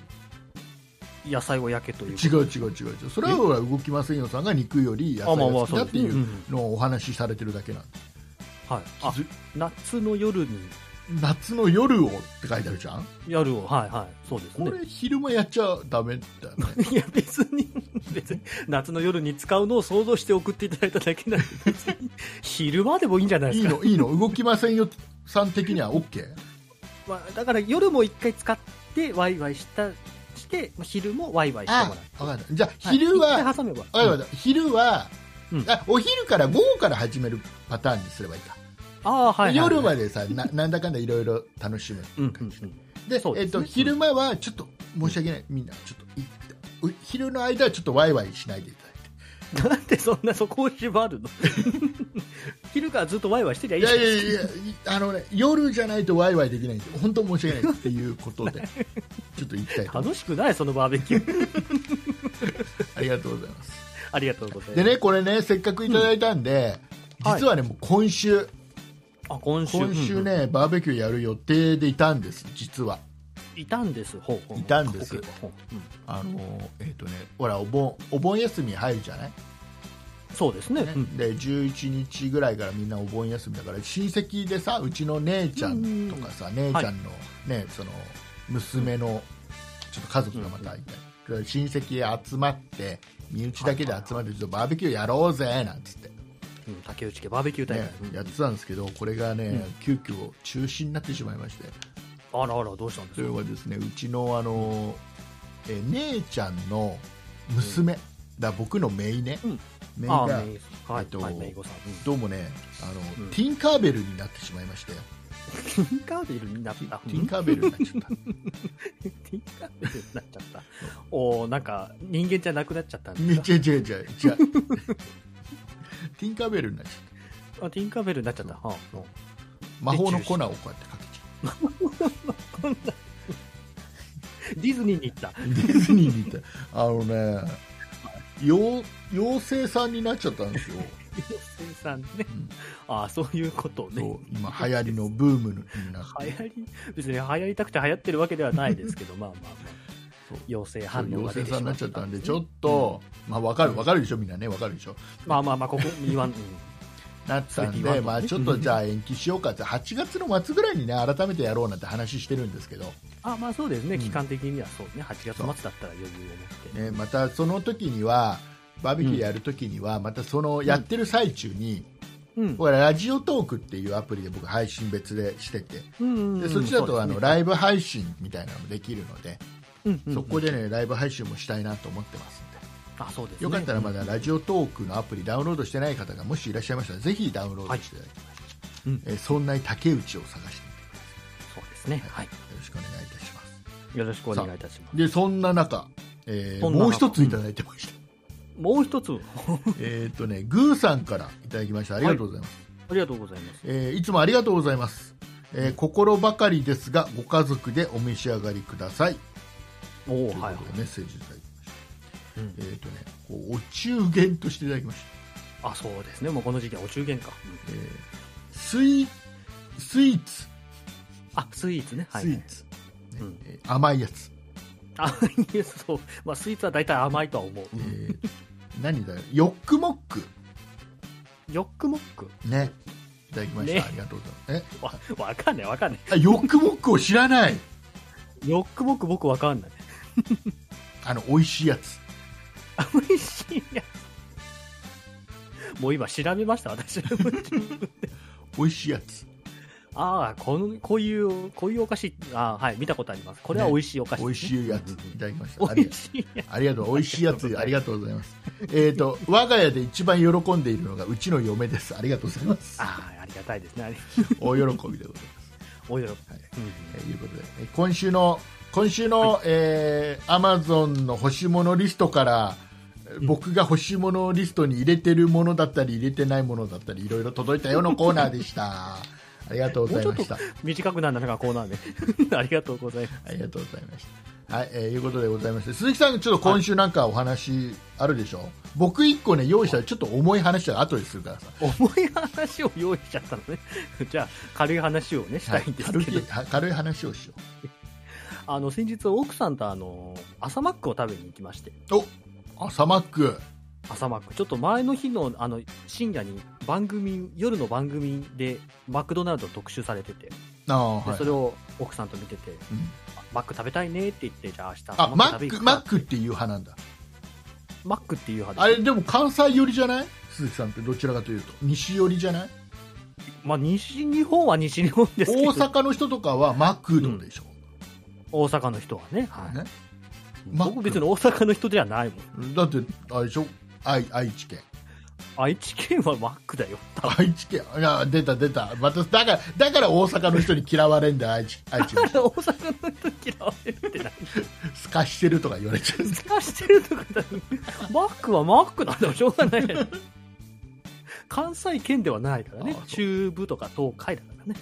Speaker 3: に野菜を焼けという。
Speaker 2: 違う違う違う違うそれはほら動きませんよさんが肉より野菜
Speaker 3: あ、まあ
Speaker 2: が
Speaker 3: ま
Speaker 2: 好
Speaker 3: あ、
Speaker 2: き
Speaker 3: そ
Speaker 2: だ
Speaker 3: う
Speaker 2: っ
Speaker 3: で
Speaker 2: て
Speaker 3: すね。
Speaker 2: い
Speaker 3: うんう
Speaker 2: うんのをお話しされてるだけなんで
Speaker 3: はい。あ
Speaker 2: 気づ、
Speaker 3: 夏の夜に
Speaker 2: 夏の夜をって書いてあるじゃん
Speaker 3: やるを。はいはい。そうです
Speaker 2: こ
Speaker 3: ね。
Speaker 2: れ昼間やっちゃダメだよね
Speaker 3: いや別に別に夏の夜に使うのを想像して送っていただいただけなんで別に昼間でもいいんじゃないで
Speaker 2: い
Speaker 3: す
Speaker 2: い
Speaker 3: か
Speaker 2: のいいの動きませんよさん的には OK?
Speaker 3: まあ、だから夜も一回使ってワイワイしたしてまあ昼もワイワイして
Speaker 2: あ
Speaker 3: もらう
Speaker 2: 分かったじゃあ
Speaker 3: はい
Speaker 2: 昼は、
Speaker 3: 一回挟めば
Speaker 2: わかりました昼は、
Speaker 3: うん
Speaker 2: あお昼から午後から始めるパターンにすればいいか、
Speaker 3: ああはい、はい、
Speaker 2: 夜ま
Speaker 3: で、
Speaker 2: でさな なんだかんだいろいろ楽しむ
Speaker 3: うんうん
Speaker 2: 感じ、
Speaker 3: うん
Speaker 2: で
Speaker 3: そう
Speaker 2: え
Speaker 3: で
Speaker 2: っ
Speaker 3: す
Speaker 2: と
Speaker 3: ね
Speaker 2: 昼間はちょっと申し訳ない、みんなちょっといお昼の間はちょっとワイワイしないでいただいて。
Speaker 3: なんでそんなそこを縛るの 昼からずっとワイワイしてりゃい
Speaker 2: い
Speaker 3: いじゃ
Speaker 2: や
Speaker 3: ん
Speaker 2: いやいやいあの、ね、夜じゃないとワイワイできないんで本当申し訳ないっていうことでちょっと言いたいと思います
Speaker 3: 楽しくないそのバーベキュー
Speaker 2: ありがとうございます
Speaker 3: ありがとうございます
Speaker 2: でねこれねせっかくいただいたんで、
Speaker 3: うんはい
Speaker 2: 実はねもう今週
Speaker 3: あ今週
Speaker 2: 今週ね、バーベキューやる予定でいたんです実は
Speaker 3: うんいたんですほうほうほう
Speaker 2: いたんです
Speaker 3: ほううん
Speaker 2: あのえっ、とねほらお盆お盆休み入るじゃない、
Speaker 3: そうですね
Speaker 2: ね
Speaker 3: うん
Speaker 2: で11日ぐらいからみんなお盆休みだから親戚でさうちの姉ちゃんとかさ、姉ちゃんの,、ねその娘のちょっと家族がまたいたり、親戚集まって身内だけで集まってちょっとバーベキューやろうぜなんつって、
Speaker 3: うん竹内家バーベキュー大
Speaker 2: ね
Speaker 3: 会、うん
Speaker 2: やってたんですけどこれがね、
Speaker 3: うん
Speaker 2: 急遽中止になってしまいまして
Speaker 3: あらあらどうしたんで
Speaker 2: そ
Speaker 3: す
Speaker 2: れ
Speaker 3: か
Speaker 2: はですねうちのあの、え姉ちゃんの娘、だ僕の姪ね、
Speaker 3: うん
Speaker 2: 姪が
Speaker 3: あメイは
Speaker 2: えっ
Speaker 3: い
Speaker 2: と
Speaker 3: はいメイゴさんうん
Speaker 2: どうもねあの、
Speaker 3: うん
Speaker 2: ティンカーベルになってしまいまして
Speaker 3: ティンカーベルになっ
Speaker 2: ティ
Speaker 3: た。
Speaker 2: ティンカーベルになっちゃっ た
Speaker 3: ティンカーベルになっちゃった。おおなんか人間じゃなくなっちゃったん
Speaker 2: め
Speaker 3: です
Speaker 2: っ
Speaker 3: か
Speaker 2: ちゃ違う違う違うティンカーベルになっちゃった
Speaker 3: あティンカーベルになっちゃった。はあ
Speaker 2: 魔法の粉をこうやってかけち
Speaker 3: ディズニーに行った。
Speaker 2: ゃうディズニーに行ったあのね妖妖精さんになっちゃったんですよ、
Speaker 3: 妖精さんね
Speaker 2: う。ん
Speaker 3: ああそういうことね。
Speaker 2: そう今流行りのブームになって
Speaker 3: 流行り、別に流行りたくて流行ってるわけではないですけど、まあまあま
Speaker 2: そ
Speaker 3: あ
Speaker 2: う。
Speaker 3: 妖精
Speaker 2: そ
Speaker 3: 反
Speaker 2: う
Speaker 3: 応が出
Speaker 2: 妖
Speaker 3: て
Speaker 2: 精
Speaker 3: しま
Speaker 2: さ
Speaker 3: っ
Speaker 2: ん
Speaker 3: た
Speaker 2: になっちゃったんでちょ
Speaker 3: っ
Speaker 2: っと、まあわかるわかるでしょみんなねわかるでしょ
Speaker 3: と。まあまあまあ、ここ言わん。うん
Speaker 2: なったんで、
Speaker 3: それって言わんのね
Speaker 2: まあ、ちょっとじゃあ延期しようかって8月の末ぐらいにね改めてやろうなんて話してるんですけど、
Speaker 3: あまあそうですね。
Speaker 2: うん
Speaker 3: 期間的にはそうね。8月末だったら余裕を持っ
Speaker 2: ね、
Speaker 3: て。
Speaker 2: またその時にはバーベキューやる時には、またそのやってる最中に、
Speaker 3: うん
Speaker 2: ほらラジオトークっていうアプリで僕配信別でしてて
Speaker 3: うん
Speaker 2: でそっちだとあの
Speaker 3: イ
Speaker 2: ライブ配信みたいなのもできるので
Speaker 3: ブ
Speaker 2: そこでねライブ配信もしたいなと思ってますんで。
Speaker 3: あそうですね
Speaker 2: よかったらまだラジオトークのアプリダウンロードしてない方がもしいらっしゃいましたらぜひダウンロードしていただきまして、
Speaker 3: はい
Speaker 2: えーそんな竹内を探してみてくだ
Speaker 3: そうですね。
Speaker 2: さ、
Speaker 3: はいい。
Speaker 2: よろしくお願いいたします
Speaker 3: よろしくお願いいたします。
Speaker 2: でそんな中、えー
Speaker 3: そんな中
Speaker 2: もう一ついただいてました、
Speaker 3: もう一つ、
Speaker 2: えっとねグーさんからいただきましたありがとうございます、
Speaker 3: ありがとうございます。
Speaker 2: えーいつもありがとうございます、えー心ばかりですがご家族でお召し上がりください
Speaker 3: お
Speaker 2: と
Speaker 3: お、
Speaker 2: いうこ
Speaker 3: はいはい
Speaker 2: と。でメッセージいただきました、
Speaker 3: うん
Speaker 2: えっ、とねこうお中元としていただきました、
Speaker 3: あ、そうですね。もうこの時期はお中元か。
Speaker 2: えースイスイーツ
Speaker 3: あ、スイーツね。はい。
Speaker 2: スイーツ、ね
Speaker 3: うん
Speaker 2: えー甘いやつ、
Speaker 3: あ、いえそう。まあ、スイーツは大体甘いとは思う。
Speaker 2: えー 何だよヨックモック
Speaker 3: ヨックモック
Speaker 2: ねいただきました、
Speaker 3: ね
Speaker 2: ありがとうございますえ
Speaker 3: わ、わかんないわかんない。
Speaker 2: あヨックモックを知らない
Speaker 3: ロックボック僕わかんない。
Speaker 2: あの美味しいやつ
Speaker 3: 美味しいやつ。もう今調べました、私。
Speaker 2: 美味しいやつ
Speaker 3: ああ、この、こういう、こういうお菓子、ああ、はい、見たことあります。これは美味しいお菓子、
Speaker 2: 美味しいやついただきましたあ
Speaker 3: 美
Speaker 2: りが
Speaker 3: 味しいや
Speaker 2: ありがとう美味しいやつありがとうございますえっと我が家で一番喜んでいるのがうちの嫁ですありがとうございます
Speaker 3: つ。ああ、ありがたい ですね。あれ
Speaker 2: 大喜びでございます
Speaker 3: およろ、
Speaker 2: はい
Speaker 3: うん
Speaker 2: えーいうことでえー今週の今週の、えー Amazon の欲しいものリストからえー
Speaker 3: うん
Speaker 2: 僕が欲しいものリストに入れてるものだったり入れてないものだったりいろいろ届いたよのコーナーで したありがとうございました
Speaker 3: 短くなるのがコーナー で。ありがとうございます。
Speaker 2: ありがとうございましたはい、えーいうことでございまして鈴木さんちょっと今週なんかお話あるでしょ、僕一個ね用意したらちょっと重い話は後でするからさ
Speaker 3: 重い話を用意しちゃったのね。 じゃあ、軽い話をね、したいんですけ
Speaker 2: 軽
Speaker 3: ど。
Speaker 2: い軽い話をしよ
Speaker 3: あの、先日、奥さんとあの、朝マックを食べに行きまして。
Speaker 2: うお朝マック
Speaker 3: 朝マック。ちょっと前の日の、あの、深夜に番組、夜の番組で、マクドナルド特集されてて、で
Speaker 2: ああ、はい
Speaker 3: それを奥さんと見てて、
Speaker 2: うん
Speaker 3: あマック食べたいねって言って、じゃあ明日
Speaker 2: あマ
Speaker 3: 食べ
Speaker 2: ッ
Speaker 3: に行
Speaker 2: ク
Speaker 3: く
Speaker 2: マ
Speaker 3: か
Speaker 2: ックっていう派なんだ
Speaker 3: マックっていう派
Speaker 2: あ
Speaker 3: で
Speaker 2: れでも関西寄りじゃない鈴木さんってどちらかというと西寄りじゃない
Speaker 3: まあ、西日本は西日本ですけど、
Speaker 2: 大阪の人とかはマクドでしょ、
Speaker 3: 大阪の人はね。はい
Speaker 2: ねマック
Speaker 3: 僕別に大阪の人ではないもん。
Speaker 2: だってあれでしょ愛愛知県
Speaker 3: 愛知県はマッ クだよ。多分
Speaker 2: 愛知県いや出た出たまただからだから大阪の人に嫌われんだよ愛知愛知の 人
Speaker 3: 大阪の人嫌われる って何
Speaker 2: すかしてるとか言われち ゃう
Speaker 3: 透かしてるとかだマックはマックなんでもしょうがないやん関西圏ではないからね
Speaker 2: ああそう
Speaker 3: 中部とか東海だからね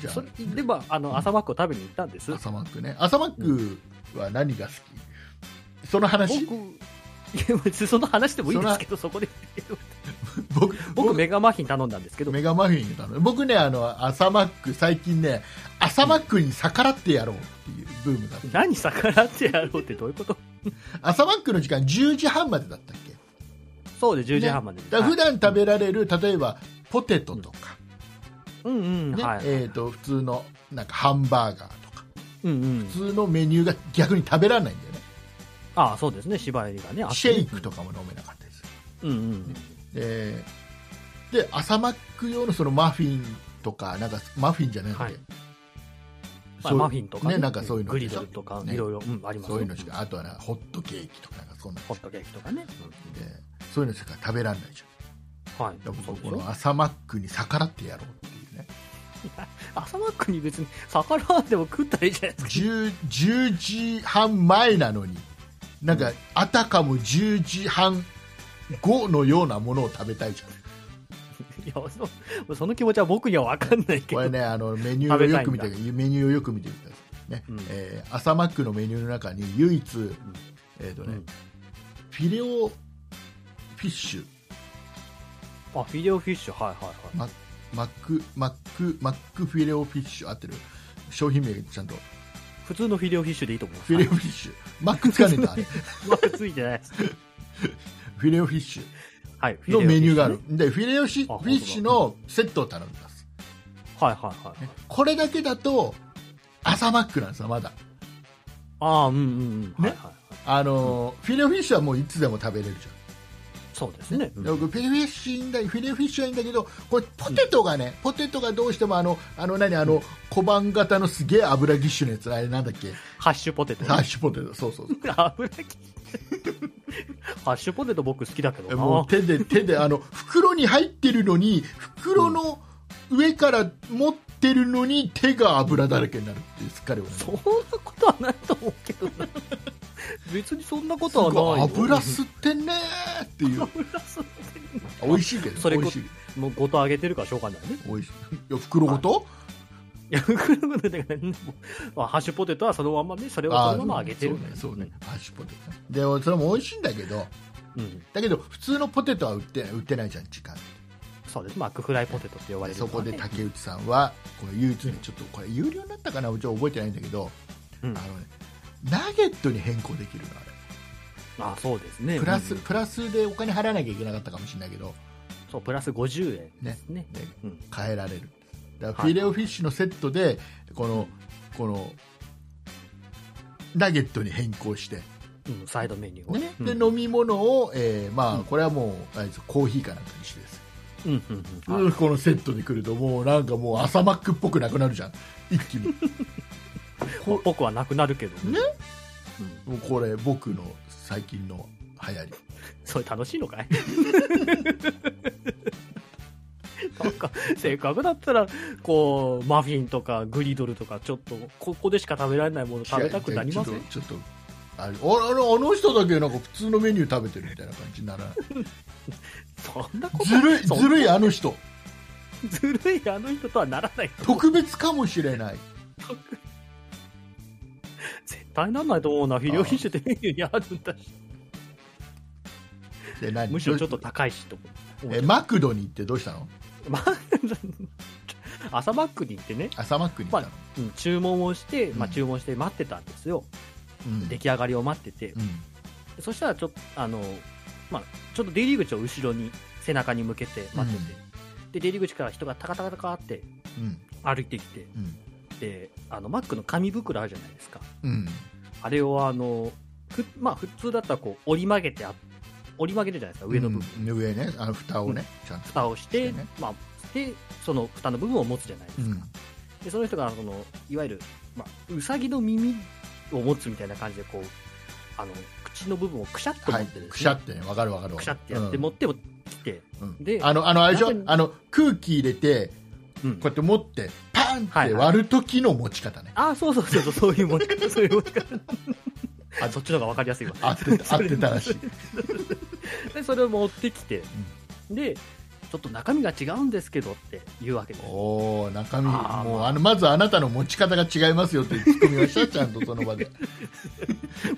Speaker 2: じゃ
Speaker 3: それ
Speaker 2: あ
Speaker 3: でもあの朝マックを食べに行ったんです
Speaker 2: 朝マックね朝マックは何が好きその話
Speaker 3: 僕いや別にその話でもいいですけどそこで
Speaker 2: 僕
Speaker 3: 僕メガマフィン頼んだんですけど
Speaker 2: メガマフィンだの僕ねあの朝マック最近ね朝マックに逆らってやろうっていうブームがあって
Speaker 3: 何逆らってやろうってどういうこと
Speaker 2: 朝マックの時間10時半までだったっけ
Speaker 3: そうで10時半まで、
Speaker 2: だから普段食べられる例えばポテトとか、
Speaker 3: はいうんうん、
Speaker 2: ね
Speaker 3: はい、
Speaker 2: えー、と普通のなんかハンバーガーとか
Speaker 3: うんうん
Speaker 2: 普通のメニューが逆に食べられないんだよね
Speaker 3: ああそうですね芝居がねあって
Speaker 2: シェイクとかも飲めなかったです
Speaker 3: うんうん
Speaker 2: でで朝マック用のそのマフィンとかなんかマフィンじゃないんだっけ、
Speaker 3: はい
Speaker 2: そ
Speaker 3: まあ、
Speaker 2: う
Speaker 3: マフィンとかね
Speaker 2: ねなんかそういうの
Speaker 3: グリドルとか
Speaker 2: ね
Speaker 3: いろいろうんありますよ
Speaker 2: そういうのしかあとはなホットケーキとかなんかそんな
Speaker 3: ホットケーキとかね、うん
Speaker 2: でそういうのしか食べられないじ
Speaker 3: は
Speaker 2: ゃ
Speaker 3: い
Speaker 2: んだから僕
Speaker 3: そうで
Speaker 2: こ
Speaker 3: す
Speaker 2: の
Speaker 3: よ
Speaker 2: 朝マックに逆らってやろうっていうね
Speaker 3: 朝マックに別に逆らわんでも食ったらいいじゃないですか
Speaker 2: 10, 10時半前なのになんかあたかも10時半後のようなものを食べたいじゃん
Speaker 3: いやそその気持ちは僕には分かんないけ
Speaker 2: こ
Speaker 3: ど、
Speaker 2: れねあのメニューをよく見て
Speaker 3: 食べ
Speaker 2: メニューをよく見てください、ね
Speaker 3: うん
Speaker 2: えー朝マックのメニューの中に唯一、えーと
Speaker 3: う
Speaker 2: ね
Speaker 3: ん
Speaker 2: フィレオフィッシュ
Speaker 3: あフィレオフィッシュはいはいはい
Speaker 2: ママックマックマックフィレオフィッシュ合ってる商品名ちゃんと
Speaker 3: 普通のフィレオフィッシュでいいと思います
Speaker 2: フィレオフィッシュマックつかねえんだあれ
Speaker 3: うまくついてないです
Speaker 2: フィレオフィッシュ
Speaker 3: はいフィレ
Speaker 2: の
Speaker 3: オフィッ
Speaker 2: メ
Speaker 3: シュ
Speaker 2: ニ
Speaker 3: ね
Speaker 2: ューがあるでフィレオシ
Speaker 3: あ
Speaker 2: フ
Speaker 3: 本
Speaker 2: ィ
Speaker 3: 当だ
Speaker 2: ッシュのセットを頼んだす
Speaker 3: はいはいはい、
Speaker 2: ねこれだけだと朝マックなんですよまだ
Speaker 3: ああうんうんうん、
Speaker 2: ね
Speaker 3: はいはいはい
Speaker 2: あのー、フィレオフィッシュはもういつでも食べれるじ
Speaker 3: そうですね
Speaker 2: ゃん、僕フィレオフィッシュいいんだフィレオフィッシュはいいんだけどこれポテトがね、ポテトがどうしてもあのあの何あの小判型のすげえ油ぎっしゅのやつあれなんだっけ
Speaker 3: ハッシュポテト、
Speaker 2: ハッシュポテトそうそうそう
Speaker 3: 油切ハッシュポテト僕好きだけどな
Speaker 2: もう 手で手であの袋に入ってるのに袋の上から持ってるのに手が油だらけになるっていうすっかり俺
Speaker 3: そんなことはないと思うけどな別にそんなこと
Speaker 2: すご
Speaker 3: はいない
Speaker 2: 油吸ってんねーっていう
Speaker 3: 油吸ってる
Speaker 2: 美味しいけど
Speaker 3: それ
Speaker 2: 美
Speaker 3: こ
Speaker 2: 味しい
Speaker 3: もうごとあげてるからしょうがないね。
Speaker 2: 美味しいいや袋ごと、
Speaker 3: いや、袋ごとだからね、もうまあ、ハッシュポテトはそのままね、それをそのまま揚げてるんだよ
Speaker 2: そうねそうねハッシュポテトねでそれも美味しいんだけど
Speaker 3: うん。
Speaker 2: だけど普通のポテトは売って売ってないじゃん時間
Speaker 3: そうです。マックフライポテトって呼ばれる、
Speaker 2: そこで、竹内さんはこの唯一のちょっとこれ有料になったかなうちは覚えてないんだけど、
Speaker 3: うん
Speaker 2: あ、のねナゲットに変更できるのあれ
Speaker 3: あ、そうですね。
Speaker 2: プラス
Speaker 3: うん
Speaker 2: プラスでお金払わなきゃいけなかったかもしれないけど
Speaker 3: そう、プラス50円ですね。
Speaker 2: ね
Speaker 3: うん
Speaker 2: 変えられるだから
Speaker 3: は
Speaker 2: フ
Speaker 3: い
Speaker 2: ィレオフィッシュのセットでこのこのナゲットに変更して、
Speaker 3: うん、サイドメニューを
Speaker 2: ね
Speaker 3: うん
Speaker 2: で飲み物を、えーま
Speaker 3: う
Speaker 2: あ、
Speaker 3: ん
Speaker 2: これはもうあいつコーヒーかなんかにしてです、
Speaker 3: うんうんうんはい
Speaker 2: うんこのセットで来るともうなんかもう朝マックっぽくなくなるじゃん一気 に
Speaker 3: まあ僕はなくなるけど
Speaker 2: ね
Speaker 3: うん
Speaker 2: もうこれ僕の最近の流行り
Speaker 3: それ楽しいのかい なんかせっかくだったらこうマフィンとかグリドルとかちょっとここでしか食べられないもの食べたくなりません
Speaker 2: いやいやちょっとちょっとあれあのあの人だけなんか普通のメニュー食べてるみたいな感じにならない
Speaker 3: そんなこと
Speaker 2: ずるい
Speaker 3: そん
Speaker 2: ずるいあの人
Speaker 3: ずるいあの人とはならないと
Speaker 2: 特別かもしれない
Speaker 3: 絶対なんないと思うなフィリオフィッシュってメニューにあるんだし
Speaker 2: で何
Speaker 3: むしろちょっと
Speaker 2: どう
Speaker 3: 高いしと思う
Speaker 2: えマクドに行ってどうしたの
Speaker 3: まあ 朝マックに行ってね、
Speaker 2: 朝マックに行ったの、
Speaker 3: うん注文をして、まあ、
Speaker 2: うん
Speaker 3: 注文して待ってたんですよ、
Speaker 2: うん
Speaker 3: 出来上がりを待ってて、
Speaker 2: うん
Speaker 3: そしたらちょっと、あの、まあ、ちょっと出入り口を後ろに、背中に向けて待ってて、で、出入り口から人がタカタカタカって
Speaker 2: うん
Speaker 3: 歩いてきて、
Speaker 2: うん
Speaker 3: で、あの、マックの紙袋あるじゃないですか。
Speaker 2: うん
Speaker 3: あれを、あの、ふまあ、普通だったらこう、折り曲げてあ、折り曲げるじゃないですか、上の部分。
Speaker 2: 分、うん上ねあの蓋をね、ちゃんと
Speaker 3: 蓋をして、
Speaker 2: ね
Speaker 3: まあ、で、その蓋の部分を持つじゃないですか。
Speaker 2: うん
Speaker 3: でその人がそのいわゆる、まあ、うさぎの耳を持つみたいな感じでこうあの口の部分をくしゃっと持
Speaker 2: は
Speaker 3: っ
Speaker 2: い
Speaker 3: てですね、
Speaker 2: くしゃってねわかるわかるわ
Speaker 3: くし
Speaker 2: か
Speaker 3: ゃ
Speaker 2: る
Speaker 3: ってやって
Speaker 2: うん
Speaker 3: 持ってきて、
Speaker 2: うん
Speaker 3: で
Speaker 2: あのあのあれでしょ
Speaker 3: 中に
Speaker 2: あの空気入れて
Speaker 3: うん
Speaker 2: こうやって持ってパンっ
Speaker 3: はい
Speaker 2: て
Speaker 3: はい
Speaker 2: 割る時の持ち方ね、
Speaker 3: あそうそうそうそうそういう持ち方そういう持ち方あそっちの方が分かりやすいわ
Speaker 2: 合ってた合ってたらしい、
Speaker 3: でそれを持ってきて、でちょっと中身が違うんですけどって言うわけです
Speaker 2: おお中身
Speaker 3: あー
Speaker 2: もう
Speaker 3: まあ
Speaker 2: あのまずあなたの持ち方が違いますよっていうツッコミをしたちゃんとその場で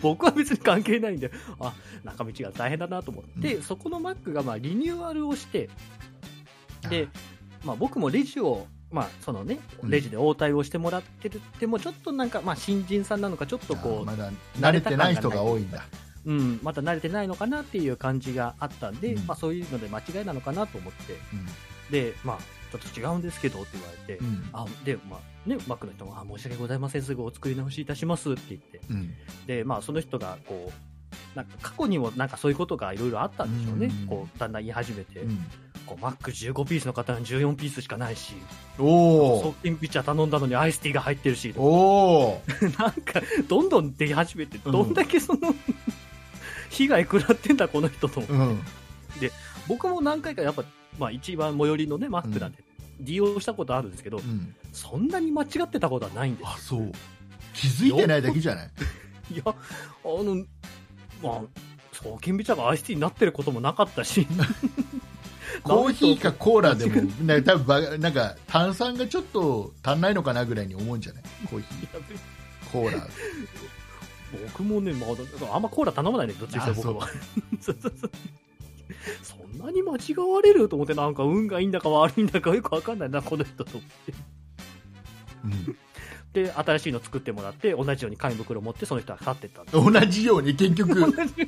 Speaker 3: 僕は別に関係ないんであ中身違う大変だなと思って、
Speaker 2: う
Speaker 3: そこのマックがまあリニューアルをしてで、まあ、僕もレジを、まあそのね、
Speaker 2: うん
Speaker 3: レジで応対をしてもらってるっても、ちょっとなんか、まあ、新人さんなのか、ちょっ
Speaker 2: あ
Speaker 3: と
Speaker 2: ー
Speaker 3: こう、
Speaker 2: まだ慣れてない人が多いんだ
Speaker 3: うん、また慣れてないのかなっていう感じがあったんで、
Speaker 2: うん
Speaker 3: まあ、そういうので間違いなのかなと思って、で、まあ、ちょっと違うんですけどって言われて、
Speaker 2: うんうん
Speaker 3: あで、まあね、マックの人も、あ申し訳ございません、すぐお作り直しいたしますって言って、
Speaker 2: うん
Speaker 3: で、まあ、その人がこう、なんか過去にもなんかそういうことがいろいろあったんでしょうね、
Speaker 2: うん
Speaker 3: こうだんだん言い始めて、
Speaker 2: うん
Speaker 3: こうマック15ピースの方に14ピースしかないし、
Speaker 2: お
Speaker 3: ソ
Speaker 2: お
Speaker 3: フティンピッチャー頼んだのにアイスティーが入ってるし、
Speaker 2: おお
Speaker 3: なんか、どんどん出始めて、
Speaker 2: うん
Speaker 3: どんだけその、 被害食らってんだ、この人と。
Speaker 2: うん
Speaker 3: 僕も何回かやっぱ、まあ一番最寄りのね、マックなんで、利用したことあるんですけど、
Speaker 2: うん
Speaker 3: そんなに間違ってたことはないんです
Speaker 2: あ。そう気づいてないだけじゃない
Speaker 3: いや、あの、まあ、ソーキンビチャーがアイスティーになってることもなかったし、
Speaker 2: コーヒーかコーラでもなんか多分ばなんか炭酸がちょっと足んないのかなぐらいに思うんじゃないコーヒ
Speaker 3: いや別に
Speaker 2: ーコーラ
Speaker 3: 僕もね、まあ、あんまコーラ頼まないね、どっちにしろ僕は。そうそうそう そんなに間違われると思って、なんか運がいいんだか悪いんだかよくわかんないな、この人と思
Speaker 2: う
Speaker 3: って。で、新しいの作ってもらって、同じように紙袋持って、その人は去ってったんで
Speaker 2: ん同じように結 局だって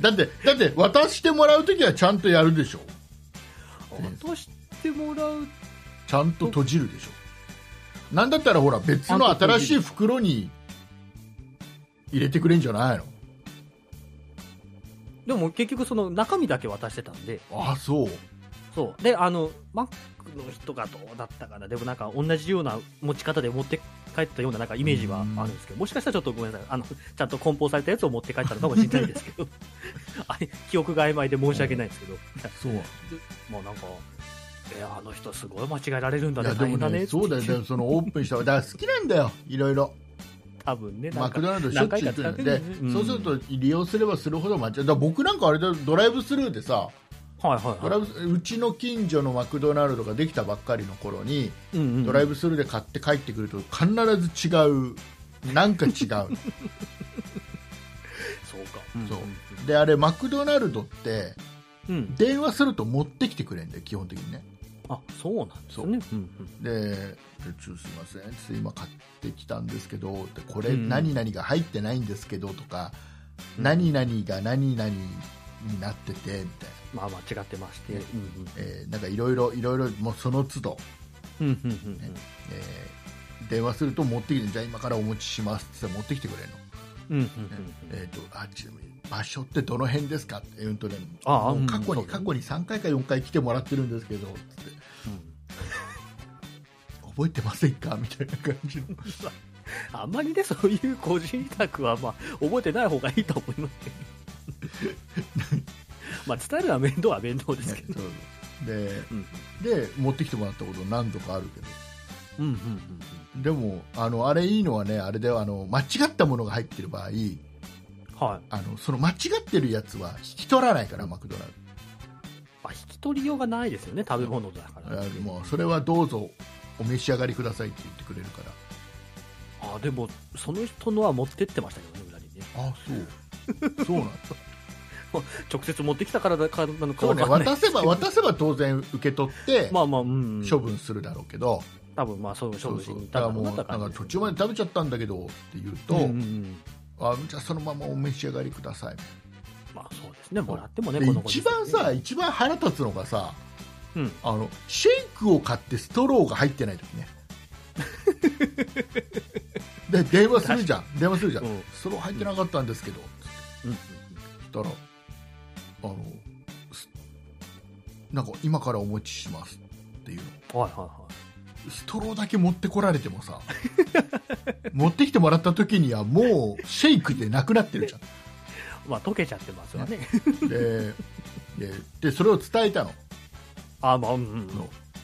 Speaker 2: だって渡してもらう時はちゃんとやるでしょ
Speaker 3: す。落としてもらう、
Speaker 2: ちゃんと閉じるでしょなんだったらほら別の新しい袋に入れてくれんじゃないの
Speaker 3: でも結局その中身だけ渡してたんで、
Speaker 2: ああそう
Speaker 3: そう。で、あの、マックの人がどうだったかな、でもなんか同じような持ち方で持って帰ったようななんかイメージはあるんですけど、もしかしたらちょっとごめんなさい、あの、ちゃんと梱包されたやつを持って帰ったの かもしれないですけど、あれ、記憶が曖昧で申し訳ないですけど、
Speaker 2: そう
Speaker 3: もうなんか、えーあの人すごい間違えられるんだ
Speaker 2: い
Speaker 3: ね、
Speaker 2: やで
Speaker 3: 大変だ
Speaker 2: も
Speaker 3: ね、
Speaker 2: ねそうだよだからそのオープンしただから好きなんだよいろいろ
Speaker 3: 多分ね、な
Speaker 2: マ
Speaker 3: んか
Speaker 2: クドナルドしょっちゅう行ってるので、
Speaker 3: うん
Speaker 2: そうすると利用すればするほど間違うだから僕なんかあれだよドライブスルーでさ
Speaker 3: はいは
Speaker 2: ド
Speaker 3: い
Speaker 2: ライ
Speaker 3: は
Speaker 2: ブうちの近所のマクドナルドができたばっかりの頃に
Speaker 3: い。うんうん
Speaker 2: ドライブスルーで買って帰ってくると必ず違うなん か違うの
Speaker 3: そうか。
Speaker 2: そうであれマクドナルドって
Speaker 3: うん。うん。
Speaker 2: 電話すると持ってきてくれんだよ基本的にね
Speaker 3: あ、そうなんですね。うん
Speaker 2: でで「ちょっとすいません」つって今買ってきたんですけど」でこれ
Speaker 3: うん
Speaker 2: 何々が入ってないんですけど」とか「
Speaker 3: うん
Speaker 2: 何々が何々になってて」みたいな。
Speaker 3: まあ間違ってまして。
Speaker 2: ね
Speaker 3: うん
Speaker 2: えーなんかいろいろいろいろもうその都度、
Speaker 3: うん。うんうんうんうん。
Speaker 2: えー電話すると持ってきてじゃあ今からお持ちしますって言って持ってきてくれるの
Speaker 3: うんうんうん
Speaker 2: えー、とあちなみに場所ってどの辺ですかって言うとね
Speaker 3: ああ
Speaker 2: もう過去
Speaker 3: うん
Speaker 2: に、
Speaker 3: そうだ
Speaker 2: 過
Speaker 3: ね
Speaker 2: 去に3回か4回来てもらってるんですけどつって
Speaker 3: うん
Speaker 2: 覚えてませんかみたいな感じの
Speaker 3: あんまりね、そういう個人委託は、まあ、覚えてない方がいいと思います けど。まあ、伝えるのは面倒は面倒で すけど。
Speaker 2: そうで
Speaker 3: うん。
Speaker 2: で持ってきてもらったこと何度かあるけど
Speaker 3: うんうん
Speaker 2: でもあのあれいいのはねあれであの間違ったものが入ってる場合
Speaker 3: うん。はい。
Speaker 2: あのその間違ってるやつは引き取らないからマクドナル
Speaker 3: まあ、引き取りようがないですよね、食べ物だか
Speaker 2: ド
Speaker 3: ら
Speaker 2: あ。のもうそれはどうぞお召し上がりくださいって言ってくれるから
Speaker 3: あ、でも、その人のは持ってってましたけどね、裏にね。
Speaker 2: あそうそう なんだ
Speaker 3: 直接持ってきたからだからなのか
Speaker 2: そう
Speaker 3: わ
Speaker 2: ね
Speaker 3: かんない。
Speaker 2: 渡せば渡せば当然受け取って
Speaker 3: まあまあ、うん。
Speaker 2: 処。分するだろうけど、
Speaker 3: 多分、まあ、そう、処
Speaker 2: そう
Speaker 3: 分し
Speaker 2: そう
Speaker 3: に行っ
Speaker 2: だ
Speaker 3: た
Speaker 2: から
Speaker 3: の
Speaker 2: もうな
Speaker 3: な
Speaker 2: ん
Speaker 3: っ
Speaker 2: か
Speaker 3: て感じです
Speaker 2: 途中まで食べちゃったんだけどって言うと、
Speaker 3: うんうんうん
Speaker 2: あじゃあそのままお召し上がりください
Speaker 3: まあ、そうですね、もらってもね、
Speaker 2: で
Speaker 3: この子
Speaker 2: 一番さ、一番腹立つのがさ、
Speaker 3: うん
Speaker 2: あのシェイクを買ってストローが入ってない時 ねで電話するじゃん電話するじゃん、
Speaker 3: うん
Speaker 2: ストロー入ってなかったんですけど
Speaker 3: うんうん
Speaker 2: そしたらあのすなんか今からお持ちしますっていう
Speaker 3: うんはいはいはい。
Speaker 2: のストローだけ持ってこられても さ持ってきてもらった時にはもうシェイクでなくなってるじゃん
Speaker 3: まあ、溶けちゃってますわね。
Speaker 2: でででそれを伝えたの
Speaker 3: あ、まあ、うんうん。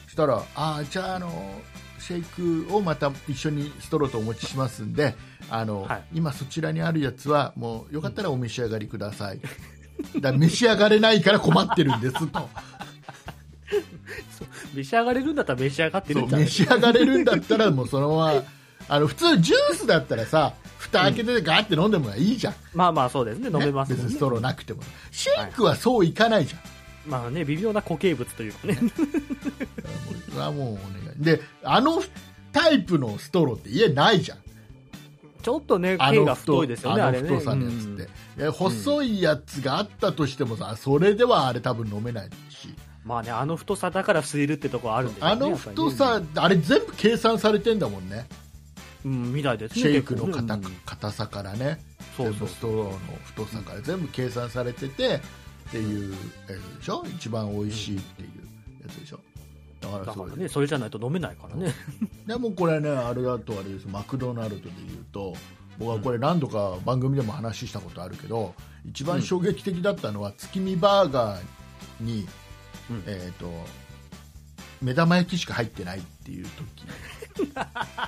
Speaker 2: そしたら「あーじゃああのシェイクをまた一緒にストローとお持ちしますんであの、
Speaker 3: はい
Speaker 2: 今そちらにあるやつはもうよかったらお召し上がりください」だから召し上がれないから困ってるんです と
Speaker 3: そう召し上がれるんだったら召し上がって
Speaker 2: そ
Speaker 3: るん
Speaker 2: う
Speaker 3: じゃ
Speaker 2: 召し上がれるんだったらもうそのままあの普通ジュースだったらさ蓋開けてガーって飲んでもいいじゃん、
Speaker 3: まあまあそうですね、飲
Speaker 2: ね
Speaker 3: めます
Speaker 2: 別
Speaker 3: もん
Speaker 2: に
Speaker 3: ね
Speaker 2: ス。トローなくてもシェイクはそういかないじゃん、
Speaker 3: まあね、微妙な固形物というかね。
Speaker 2: もうそれはもうお願いであのタイプのストローって家ないじゃん
Speaker 3: ちょっとね、
Speaker 2: あ
Speaker 3: 毛
Speaker 2: の
Speaker 3: が
Speaker 2: 太
Speaker 3: 太いですよね、
Speaker 2: あ
Speaker 3: あ
Speaker 2: の
Speaker 3: れね。
Speaker 2: 太さのやつって、え細いやつがあったとしてもさそれではあれ多分飲めないし
Speaker 3: うんまあね、あの太さだから吸えるってとこあるんでしょうね
Speaker 2: あの
Speaker 3: やっぱりね
Speaker 2: 太さ、あれ全部計算されてんだもんね
Speaker 3: うん、みたいですね。
Speaker 2: シェイクの
Speaker 3: 結構
Speaker 2: 硬,、
Speaker 3: ね
Speaker 2: 硬さからね
Speaker 3: うんそ
Speaker 2: 全部
Speaker 3: うそう
Speaker 2: ストローの太さから全部計算されててっていうやつでしょ一番美味しいっていうやつでしょだか
Speaker 3: だ
Speaker 2: ら
Speaker 3: か
Speaker 2: そ
Speaker 3: ら
Speaker 2: れ
Speaker 3: ね、それじゃないと飲めないからね。
Speaker 2: でもこれねあれだとあれですマクドナルドで言うと僕はこれ何度か番組でも話したことあるけど一番衝撃的だったのは月見バーガーに、
Speaker 3: うん
Speaker 2: えっ、と目玉焼きしか入ってないっていう時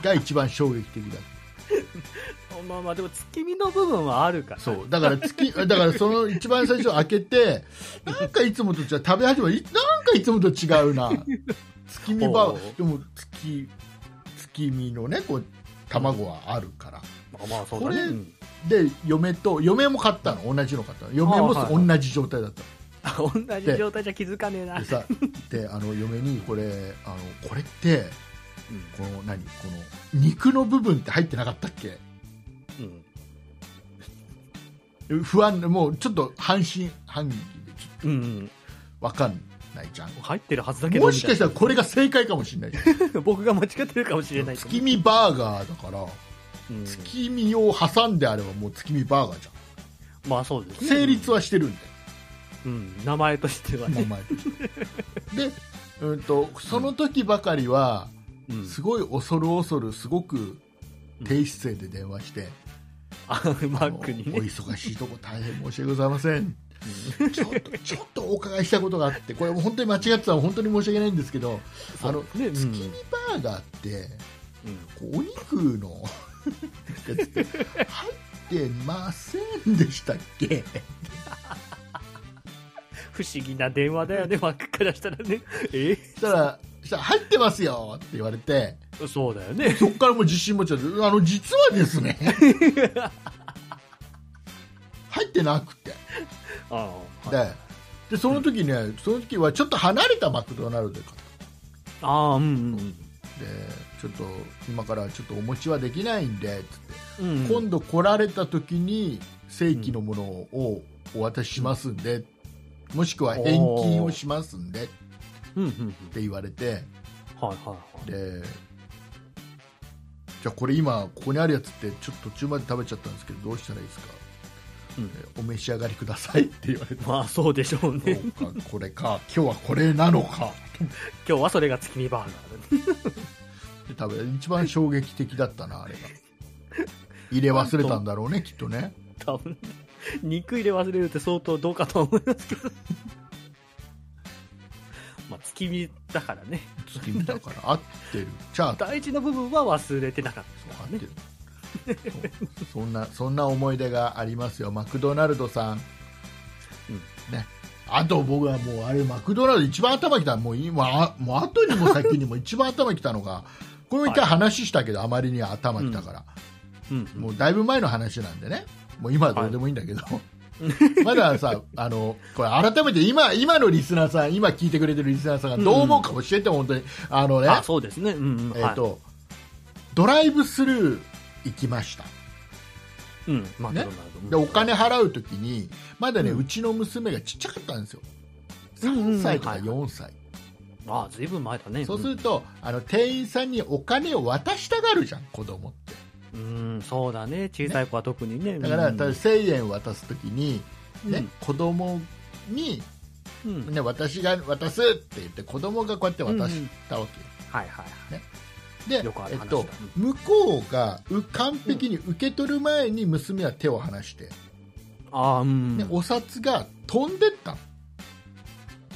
Speaker 2: が一番衝撃的だっ
Speaker 3: まあまあ、でも月見の部分はあるか
Speaker 2: た
Speaker 3: ら。
Speaker 2: そうだから月 だからその一番最初開けてなんかいつもと違う食べ始めいなんかいつもと違うな月見バーガ
Speaker 3: おう
Speaker 2: ーでも月月見のねこう卵はあるから
Speaker 3: まあまあそう
Speaker 2: こ
Speaker 3: だね。
Speaker 2: れ
Speaker 3: うん
Speaker 2: で嫁と嫁も買ったの同じの買ったの嫁も
Speaker 3: あはいはい
Speaker 2: 同じ状態だったの
Speaker 3: あ同じ状態じゃ気づかねえな
Speaker 2: で。さであの嫁にこれあのこれってこの何この肉の部分って入ってなかったっけ
Speaker 3: うんうん
Speaker 2: 不安もうちょっと半信半疑でちょっ
Speaker 3: うんうん。
Speaker 2: と分かんないじゃん
Speaker 3: 入ってるはずだけど。
Speaker 2: もしかしたらこれが正解かもしれないじゃん
Speaker 3: みたいな 僕が間違ってるかもしれないと思
Speaker 2: 月
Speaker 3: う。
Speaker 2: 見バーガーだから
Speaker 3: うん
Speaker 2: 月見を挟んであればもう月見バーガーじゃん
Speaker 3: まあそうですね。
Speaker 2: 成立はしてるんだよ
Speaker 3: うん、名前としては
Speaker 2: 名
Speaker 3: ね。
Speaker 2: 前としてで、うん、とその時ばかりは、
Speaker 3: うん
Speaker 2: すごい恐る恐るすごく低姿勢で電話して、
Speaker 3: あマ
Speaker 2: あ
Speaker 3: ッ
Speaker 2: のお
Speaker 3: クにね。
Speaker 2: 忙しいとこ大変申し訳ございませんちょっとちょっとお伺いしたことがあってこれもう本当に間違ってたら本当に申し訳ないんですけどあの、
Speaker 3: ね、
Speaker 2: 月見バーガーって
Speaker 3: うん
Speaker 2: こうお肉のやつって入ってませんでしたっけ
Speaker 3: 不思議な電話だよね、マックからしたらね。え
Speaker 2: そしたらそしたら入ってますよって言われて
Speaker 3: そうだよね。
Speaker 2: そこからもう自信持っちゃってあの実はです ね入ってなくて
Speaker 3: ああはい
Speaker 2: ででその時ね、その時はちょっと離れたマクドナルドで買っ
Speaker 3: ああ、うん
Speaker 2: たでちょっと今からちょっとお持ちはできないんでつって、
Speaker 3: うんうん。
Speaker 2: 今度来られた時に正規のものをお渡ししますんで、もしくは返金をしますんでっ
Speaker 3: うんうんうん。
Speaker 2: て言われて
Speaker 3: はいはいはい。
Speaker 2: でじゃあこれ今ここにあるやつってちょっと途中まで食べちゃったんですけどどうしたらいいですか、
Speaker 3: うん
Speaker 2: えお召し上がりくださいって言われて
Speaker 3: まあそうでしょう ね。
Speaker 2: そうかこれか今日はこれなのか
Speaker 3: 今日はそれが月見バーガーだね。
Speaker 2: で食べ一番衝撃的だったなあれが入れ忘れたんだろうねきっとね
Speaker 3: 多分肉入れ忘れるって相当どうかとは思いますけど。 まあ月見だからね。
Speaker 2: 月見たから合ってるチャート
Speaker 3: 大事な部分は忘れてなかった。
Speaker 2: 合ってるそうそんなそんな思い出がありますよマクドナルドさん、ねあと僕はもうあれマクドナルド一番頭きたもう今あもう後にも先にも一番頭きたのがこれも一回話したけど、あまりに頭きたから、
Speaker 3: うん、
Speaker 2: もうだいぶ前の話なんでね、もう今はどうでもいいんだけど、 まださ、あのこれ改めて今今のリスナーさん、今聞いてくれてるリスナーさんがどう思うか教えて、本当に、あのね、
Speaker 3: あそうですね。うん、うん。
Speaker 2: えーとドライブスルー行きました、
Speaker 3: はい、うん。マクドナルド。
Speaker 2: でお金払うときに、まだね、うちの娘がちっちゃかったんですよ、3歳とか4歳、
Speaker 3: あずいぶん前だね。
Speaker 2: そうすると、あの店員さんにお金を渡したがるじゃん、子供って。
Speaker 3: うん、そうだね。小さい子は特にね。
Speaker 2: だから、
Speaker 3: うん
Speaker 2: ただ1000円渡すときに、ね
Speaker 3: うん
Speaker 2: 子供に
Speaker 3: うん、
Speaker 2: ね、私が渡すって言って子供がこうやって渡したわ
Speaker 3: はいはいはい。
Speaker 2: け、で
Speaker 3: よくあ
Speaker 2: え
Speaker 3: る話だ
Speaker 2: っと、向こうがう完璧に受け取る前に娘は手を離して、
Speaker 3: ああ、うん。
Speaker 2: でお札が飛んでったの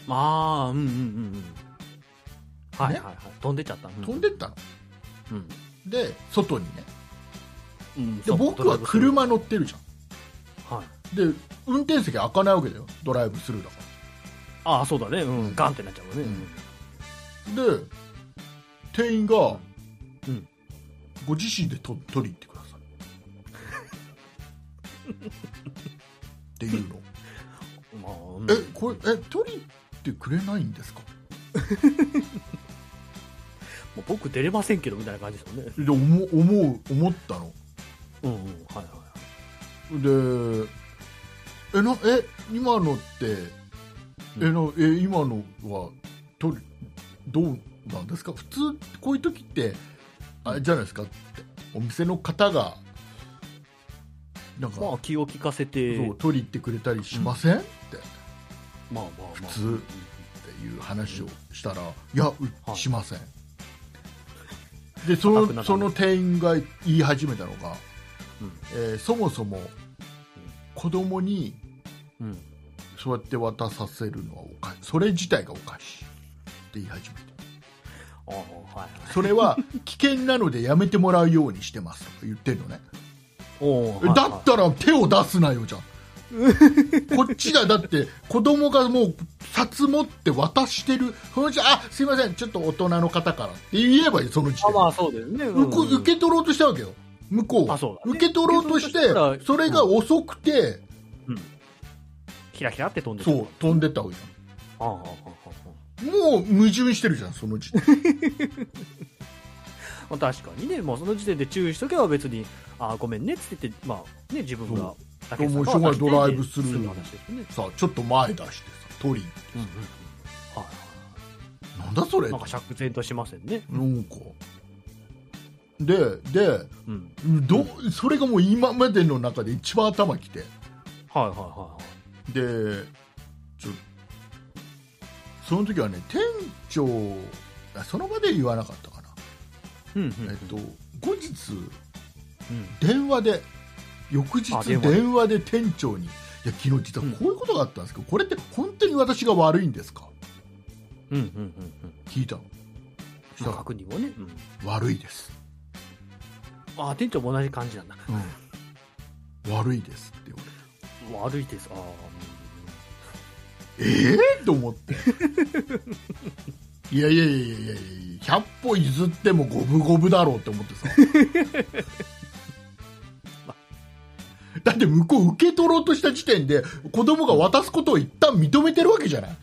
Speaker 3: ああ、うんうんうんうん。はい
Speaker 2: ね
Speaker 3: はいはい。飛んでっちゃった。うん
Speaker 2: 飛んでったの、
Speaker 3: うん。
Speaker 2: で外にね
Speaker 3: うん
Speaker 2: で僕は。車乗ってるじ
Speaker 3: そうはい。
Speaker 2: ゃんで運転席開かないわけだよドライブスルーだか
Speaker 3: ああ、そうだね。うん。ガンってなっちゃうわね。
Speaker 2: うんらで店員が、
Speaker 3: うん
Speaker 2: ご自身でと取りに行ってくださいっていうの
Speaker 3: うんまあうん
Speaker 2: えこれえ取りってくれないんですか
Speaker 3: もう僕出れませんけど、みたいな感じですよね。
Speaker 2: で思う思う思ったの
Speaker 3: うんうん。はいは
Speaker 2: でえなえ今のってえなえ今のは取るどうなんですか普通こういう時ってあれじゃないですかってお店の方がなんか、
Speaker 3: い。まあ気を利かせて、
Speaker 2: そう取り行ってくれたりしません、ってっ
Speaker 3: まあまあまあ。
Speaker 2: 普通ていう話をしたら、いや、う
Speaker 3: はい
Speaker 2: しませんでそ
Speaker 3: 硬く
Speaker 2: の
Speaker 3: なった
Speaker 2: その店員が言い始めたのが、
Speaker 3: うん
Speaker 2: えーそもそも子供に
Speaker 3: うん。
Speaker 2: そうやって渡させるのはおかしいそれ自体がおかしいって言い始めて
Speaker 3: ああ、はいはい。
Speaker 2: それ は危険なのでやめてもらうようにしてますとか言ってるのね、
Speaker 3: お
Speaker 2: え
Speaker 3: ー
Speaker 2: だったら手を出すなよじゃ んこっちがだって子供がもう札持って渡してるそのうちあすいませんちょっと大人の方からって言えばいいその時
Speaker 3: あ
Speaker 2: 点で
Speaker 3: まあそうだよね。う
Speaker 2: 向
Speaker 3: ん
Speaker 2: こう受け取ろうとしたわけよ向こうは
Speaker 3: あそうだね
Speaker 2: 受け取ろうとして
Speaker 3: 受け取ろうとしたら
Speaker 2: それが遅くて、
Speaker 3: ひらひらって飛んで
Speaker 2: そう飛んでったわけじ
Speaker 3: あああああ
Speaker 2: ゃんもう矛盾してるじゃんその時 点で
Speaker 3: あまあ確かにね、もうその時点で注意しとけば別に、ああ、ごめんねって言って、まあね、自分が
Speaker 2: そ、
Speaker 3: だ
Speaker 2: もうしょうがないドライブスルー
Speaker 3: の話ですよね。
Speaker 2: さあちょっと前出してさ取り
Speaker 3: うんうんうん。はいは
Speaker 2: なんだそれ
Speaker 3: い。なんか釈然としませんね。
Speaker 2: なんかでで
Speaker 3: うん。
Speaker 2: どうそれがもう今までの中で一番頭きて
Speaker 3: はいはいはいはい。
Speaker 2: でちょその時はね店長あその場で言わなかったかな、
Speaker 3: うんうん。
Speaker 2: えっと、後日
Speaker 3: うん。
Speaker 2: 電話で翌日
Speaker 3: あ電話で
Speaker 2: 電話で店長にいや昨日実はこういうことがあったんですけど、これって本当に私が悪いんですか
Speaker 3: うんうんうん
Speaker 2: 聞いたの
Speaker 3: う
Speaker 2: そした
Speaker 3: ん。まあ
Speaker 2: ら
Speaker 3: 確認もね。うん。
Speaker 2: 悪いです、
Speaker 3: ああ、店長も同じ感じなんだ。
Speaker 2: 悪いですって言われて
Speaker 3: 悪いです。ああ。
Speaker 2: ええと思っていやいやいやいやいや100歩譲っても五分五分だろうって思って さだって向こう受け取ろうとした時点で子供が渡すことを一旦認めてるわけじゃない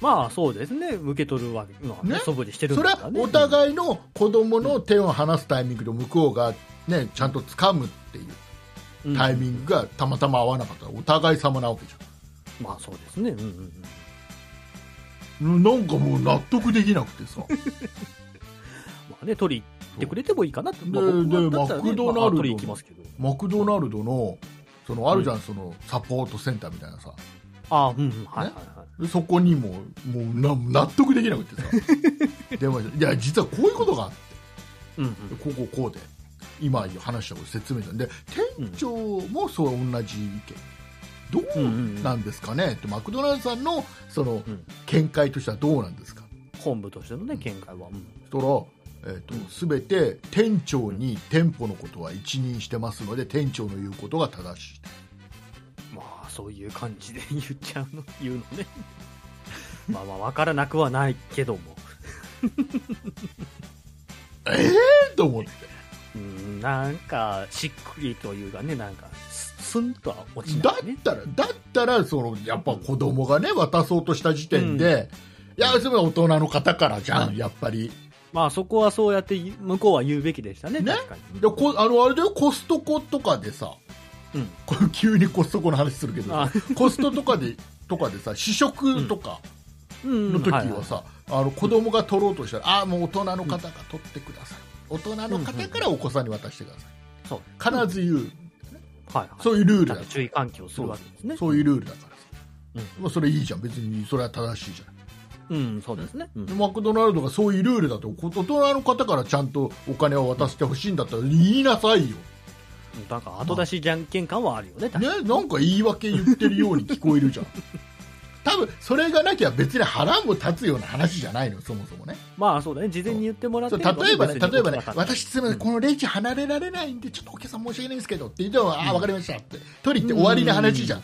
Speaker 3: まあそうですね。受け取るわけ、まあ
Speaker 2: ね
Speaker 3: ね、そぶりしてるん
Speaker 2: そ
Speaker 3: だ
Speaker 2: れ
Speaker 3: から
Speaker 2: は
Speaker 3: ね。
Speaker 2: お互いの子供の手を離すタイミングで向こうが、ね、ちゃんと掴むっていう
Speaker 3: うん
Speaker 2: タイミングがたまたま合わなかったらお互い様なわけじ
Speaker 3: まあそうですね。うんうんうん。
Speaker 2: ゃんなんかもう納得できなくてさ
Speaker 3: まあね、取りってくれてもいいかなって、
Speaker 2: そう
Speaker 3: まあ僕だったらね
Speaker 2: ででマクドナルドの
Speaker 3: まあ後で行きますけど。
Speaker 2: マクドナルドのそのあるじゃん、そのサポートセンターみたいなさ
Speaker 3: ああ、うんうん、はいはいはい。
Speaker 2: でそこにももうな納得できなく てさ電話していや実はこういうことがあって
Speaker 3: うんうん、
Speaker 2: こうこうこうで今話したこと説明したんで店長もそう同じ意見、
Speaker 3: うんうんう
Speaker 2: ど
Speaker 3: ん
Speaker 2: うなんですかね、ってマクドナルドさんのその、
Speaker 3: うん
Speaker 2: 見解としてはどうなんですか
Speaker 3: 本部としてのね、見解は。うん
Speaker 2: そしたら、えーと全て店長に店舗のことは一任してますので店長の言うことが正しい
Speaker 3: まあ、そういう感じで言っちゃうの、言うの ね。まあまあ、わからなくはないけども。
Speaker 2: ええと思って
Speaker 3: うん、なんか、しっくりというかね、なんか、すすんとは落ち
Speaker 2: だ
Speaker 3: ないね
Speaker 2: っ。たらだったらそのやっぱ子供がね渡そうとした時点で、いやそれは大人の方からじゃんやっぱり
Speaker 3: まあ、そこはそうやって言う、向こうは言うべきでしたね、
Speaker 2: ね
Speaker 3: 確かに。
Speaker 2: でこあのあれだよコストコとかでさ
Speaker 3: うん。
Speaker 2: これ急にコストコの話するけど
Speaker 3: あ
Speaker 2: コストとか でとかでさ試食とか
Speaker 3: うん
Speaker 2: の時
Speaker 3: い
Speaker 2: はさ、あの子供が取ろうとしたら、ああもう大人の方が取ってください大人の方からお子さんに渡してくださ
Speaker 3: いそう。
Speaker 2: い、必ず言う、
Speaker 3: はいはい。
Speaker 2: そういうルール
Speaker 3: ちゃ
Speaker 2: だ
Speaker 3: ん
Speaker 2: か
Speaker 3: と
Speaker 2: ら
Speaker 3: 注意喚起をするわけですね。
Speaker 2: そういうルールだからさ、
Speaker 3: う
Speaker 2: まあ、それいいじゃん別にそれは正しいじゃ
Speaker 3: うん、そうですね。うん
Speaker 2: んでマクドナルドがそういうルールだとこ大人の方からちゃんとお金を渡してほしいんだったら言いなさいよ、
Speaker 3: なんか後出しじゃんけん感はあるよね、確かに
Speaker 2: ね、なんか言い訳言ってるように聞こえるじゃん 多分それがなきゃ別に腹も立つような話じゃないのそもそもね
Speaker 3: まあそうだね、事前に言ってもらっ
Speaker 2: そ
Speaker 3: て
Speaker 2: う
Speaker 3: れば
Speaker 2: 例えばね、
Speaker 3: 別に
Speaker 2: 例えばね
Speaker 3: 起きな、かった
Speaker 2: 私、すみません、このレジ離れられないんで、ちょっとお客さん申し訳ないんですけどって言っても、ああ、
Speaker 3: うん
Speaker 2: わかりましたって、取り行って終わりの話じゃん、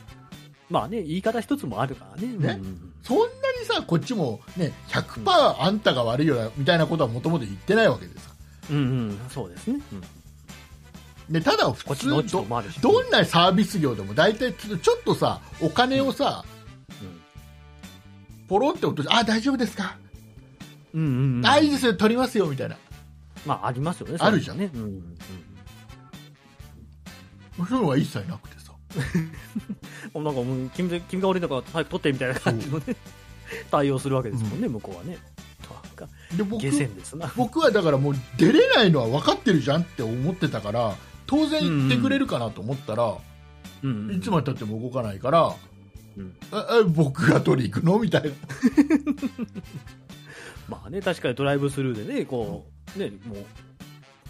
Speaker 3: まあね、言い方一つもあるからね。
Speaker 2: ね
Speaker 3: うん
Speaker 2: そんなにさ、こっちもね、100%あんたが悪いよなみたいなことはもともと言ってないわけでさ、
Speaker 3: うんうん、そうですね。うん
Speaker 2: でただ、普
Speaker 3: こっち
Speaker 2: 通
Speaker 3: の
Speaker 2: ど、
Speaker 3: 落ち度もあるし。
Speaker 2: どんなサービス業でも、大体ちょっとさ、お金をさ、ポロって落として、ああ、大丈夫ですか、
Speaker 3: うんうんうん。
Speaker 2: 大事ですよ、取りますよみたいな、
Speaker 3: まあありますよね。
Speaker 2: あるじゃん
Speaker 3: そうですね。うんうんうん
Speaker 2: そういうのは一切なくてさ、
Speaker 3: おなんかもう君で君が悪いんだから早く取ってみたいな感じのね、対応するわけですもんね、向こうはね。なんか、
Speaker 2: で僕
Speaker 3: 下船ですな。
Speaker 2: 僕はだからもう出れないのは分かってるじゃんって思ってたから当然言ってくれるかなと思ったら、
Speaker 3: うんうん
Speaker 2: いつまでたっても動かないから、
Speaker 3: うん
Speaker 2: ええ僕が取り行くのみたいな
Speaker 3: まあね、確かにドライブスルーでね、こう、ね、もう、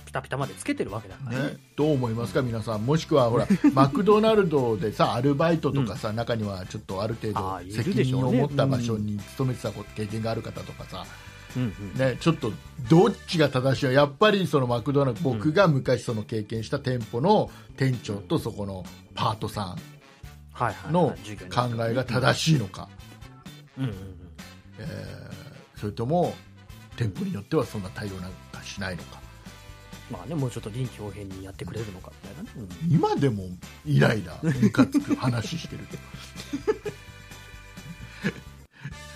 Speaker 3: ピタピタまでつけてるわけだからね
Speaker 2: ね。どう思いますか皆さんもしくは ほらマクドナルドでさアルバイトとかさ、中にはちょっとある程
Speaker 3: あーい
Speaker 2: 度
Speaker 3: るでしょう
Speaker 2: 責任
Speaker 3: ね
Speaker 2: を持った場所に勤めてたこと経験がある方とかさ、
Speaker 3: うんうん
Speaker 2: ね、ちょっとどっちが正しいはやっぱりそのマクドナルド僕が昔その経験した店舗の店長とそこのパートさん
Speaker 3: はいはい
Speaker 2: の
Speaker 3: はい授業に
Speaker 2: 考えが正しいのか、
Speaker 3: うんうんうん
Speaker 2: えーそれとも店舗によってはそんな対応なんかしないのか
Speaker 3: まあね、もうちょっと臨機応変にやってくれるのかみたいなね。うん
Speaker 2: 今でもイライラムカつく話してる けど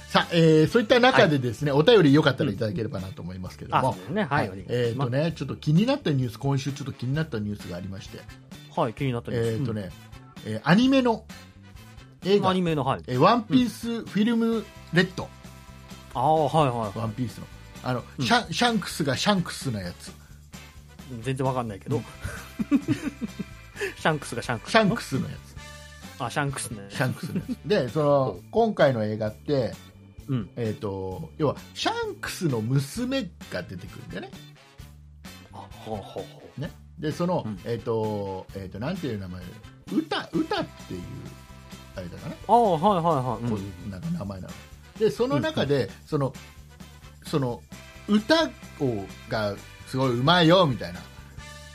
Speaker 2: さあ、えーそういった中でですね、お便りよかったらいただければなと思いますけど
Speaker 3: あ、
Speaker 2: も、
Speaker 3: そうですね。はい、お願いします。
Speaker 2: えっ、とねちょっと気になったニュース今週ちょっと気になったニュースがありまして
Speaker 3: はい、気になったんです。
Speaker 2: えっ、とね、えーアニメの
Speaker 3: う
Speaker 2: 映
Speaker 3: ん、ア
Speaker 2: 画「
Speaker 3: ニメの、はい。
Speaker 2: えーワンピースフィルムレッド」
Speaker 3: ああ、はいはいは
Speaker 2: ワンピースのあの、
Speaker 3: うん
Speaker 2: シャンシャンクスがシャンクスなやつ
Speaker 3: い。全然わかんないけ ど。シャンクスがシャンクス。
Speaker 2: シャンクスのや つ
Speaker 3: あ、シャンクスね。
Speaker 2: シャンクスのやつでその 今回の映画って、
Speaker 3: うん。
Speaker 2: えー、と要はシャンクスの娘が出てくるんだよね
Speaker 3: あ、ほうほうほう。
Speaker 2: ねでその、
Speaker 3: うん
Speaker 2: えっ、と,、えー、となんていう名前歌歌っていうあれだかな、
Speaker 3: ああ、はいはいはい。
Speaker 2: こ
Speaker 3: うん
Speaker 2: うなんか名前なのでその中で、そのその歌をがすごいうまいよみたいな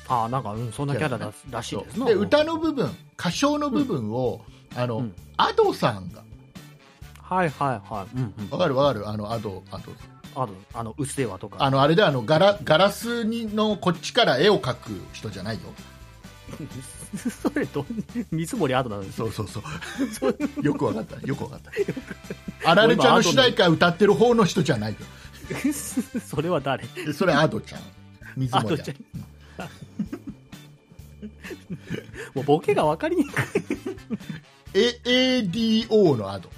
Speaker 3: ああ、なんか、うん、そんなキャラだらしいですな。
Speaker 2: で歌の部分歌唱の部分を、あの、
Speaker 3: うん
Speaker 2: アドさんが
Speaker 3: はいはいはい。うんうん。
Speaker 2: わかるわかるあのアドアド
Speaker 3: あの、あの、うっせぇわと
Speaker 2: あ
Speaker 3: か。
Speaker 2: のあれであのガラガラスにのこっちから絵を描く人じゃないよ
Speaker 3: それ、どん、 水森アドなんです。
Speaker 2: そうそうそう よくわかったよくわかったあられちゃんの主題歌歌ってる方の人じゃないよ
Speaker 3: それは誰
Speaker 2: でそれアドちゃん水
Speaker 3: アド
Speaker 2: 森
Speaker 3: ちゃ ん。もうボケが分かりにくい
Speaker 2: え ADO のアド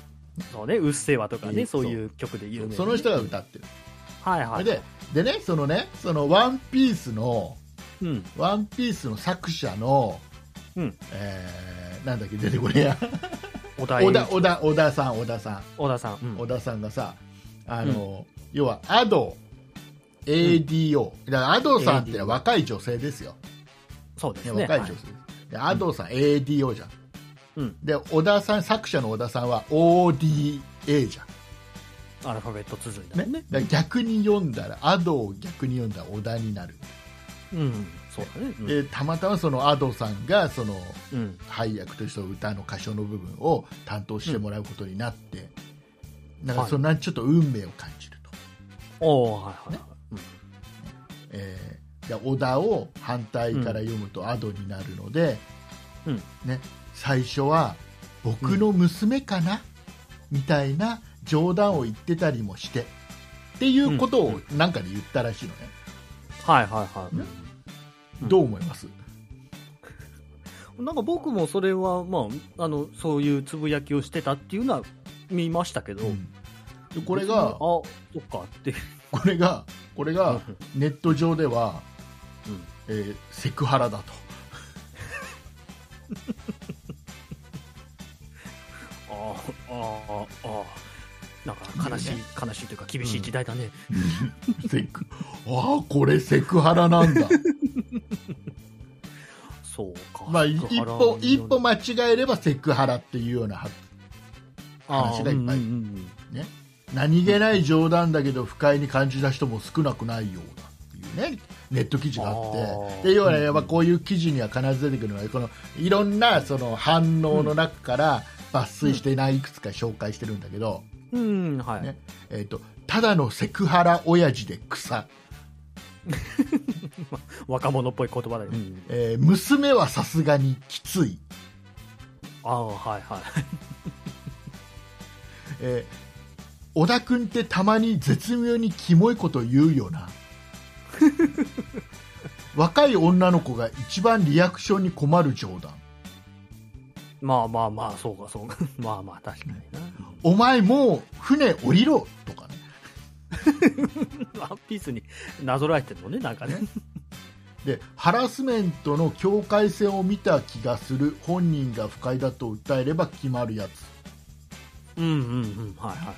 Speaker 3: そうね、うっせぇわとか
Speaker 2: いい
Speaker 3: ね、そう
Speaker 2: そう
Speaker 3: いう曲で有名なね
Speaker 2: その人が歌ってる
Speaker 3: はいはい。
Speaker 2: ででねそのねそのワンピースの
Speaker 3: うん。
Speaker 2: ワンピースの作者の、
Speaker 3: うん
Speaker 2: えーなんだっけ出てこれや
Speaker 3: 小田栄
Speaker 2: 小
Speaker 3: 一
Speaker 2: 田小田小田さん小田さん
Speaker 3: 小田さん。うん
Speaker 2: 小田さんがさあの、要はアド ADO、だからアドさんってのは若い女性ですよ、
Speaker 3: そうです
Speaker 2: ね
Speaker 3: ね。
Speaker 2: 若い女
Speaker 3: は
Speaker 2: 性
Speaker 3: い
Speaker 2: です、でアドさん、ADO じゃん、
Speaker 3: うん
Speaker 2: で小田さん作者の小田さんは ODA じゃ
Speaker 3: アルファベット綴り
Speaker 2: ん、
Speaker 3: だ
Speaker 2: ね
Speaker 3: もんね。
Speaker 2: だから逆に読んだらアドを逆に読んだら小田になる、
Speaker 3: うん。そうだね。うん
Speaker 2: でたまたまそのアドさんがその
Speaker 3: うん。
Speaker 2: 配役としての歌の歌唱の部分を担当してもらうことになって、なんかそんなちょっと運命を感じると。
Speaker 3: おおはいはいはい。うん
Speaker 2: えー、で小田を反対から読むとアドになるので、
Speaker 3: うん
Speaker 2: ね、最初は僕の娘かな、みたいな冗談を言ってたりもしてっていうことをなんかで言ったらしいのね、
Speaker 3: はいはいはい。うんうん
Speaker 2: どう思います、
Speaker 3: なんか僕もそれは、まあ、あの、そういうつぶやきをしてたっていうのは見ましたけど、
Speaker 2: でこれが
Speaker 3: 別にあ、そっかって。
Speaker 2: これがこれがネット上では、
Speaker 3: うん
Speaker 2: えーセクハラだと
Speaker 3: ああ、ああ、ああ。なんか悲しい、
Speaker 2: ね
Speaker 3: 悲しいというか厳しい時代だね。
Speaker 2: セクああこれ セクハラなんだ
Speaker 3: そうか。
Speaker 2: まあい
Speaker 3: セク
Speaker 2: 一
Speaker 3: ハラ
Speaker 2: 歩一歩間違えればセクハラっていうような発話がいっぱい
Speaker 3: ああうんうんうん
Speaker 2: ね、何気ない冗談だけど不快に感じた人も少なくないようだっていうねネット記事があ
Speaker 3: あ
Speaker 2: っ
Speaker 3: ー
Speaker 2: てで要はね
Speaker 3: うん
Speaker 2: やっぱこういう記事には必ず出てくるのはこのいろんなその反応の中から抜粋してないいくつか紹介してるんだけど、
Speaker 3: うん、はい。
Speaker 2: ねえー、とただのセクハラ親父で草、
Speaker 3: 若者っぽい言葉だよ。うん、
Speaker 2: えー娘はさすがにきつい、
Speaker 3: ああ、は いはい。
Speaker 2: えー小田君ってたまに絶妙にキモいこと言うよな若い女の子が一番リアクションに困る冗談
Speaker 3: まあまあまあ、そうか そうか。まあまあ、確かにな。
Speaker 2: お前もう船降りろとかね
Speaker 3: ワンピースになぞらえてるのね、なんかね。
Speaker 2: でハラスメントの境界線を見た気がする本人が不快だと訴えれば決まるやつ、
Speaker 3: うんうんうん、はいはいはい。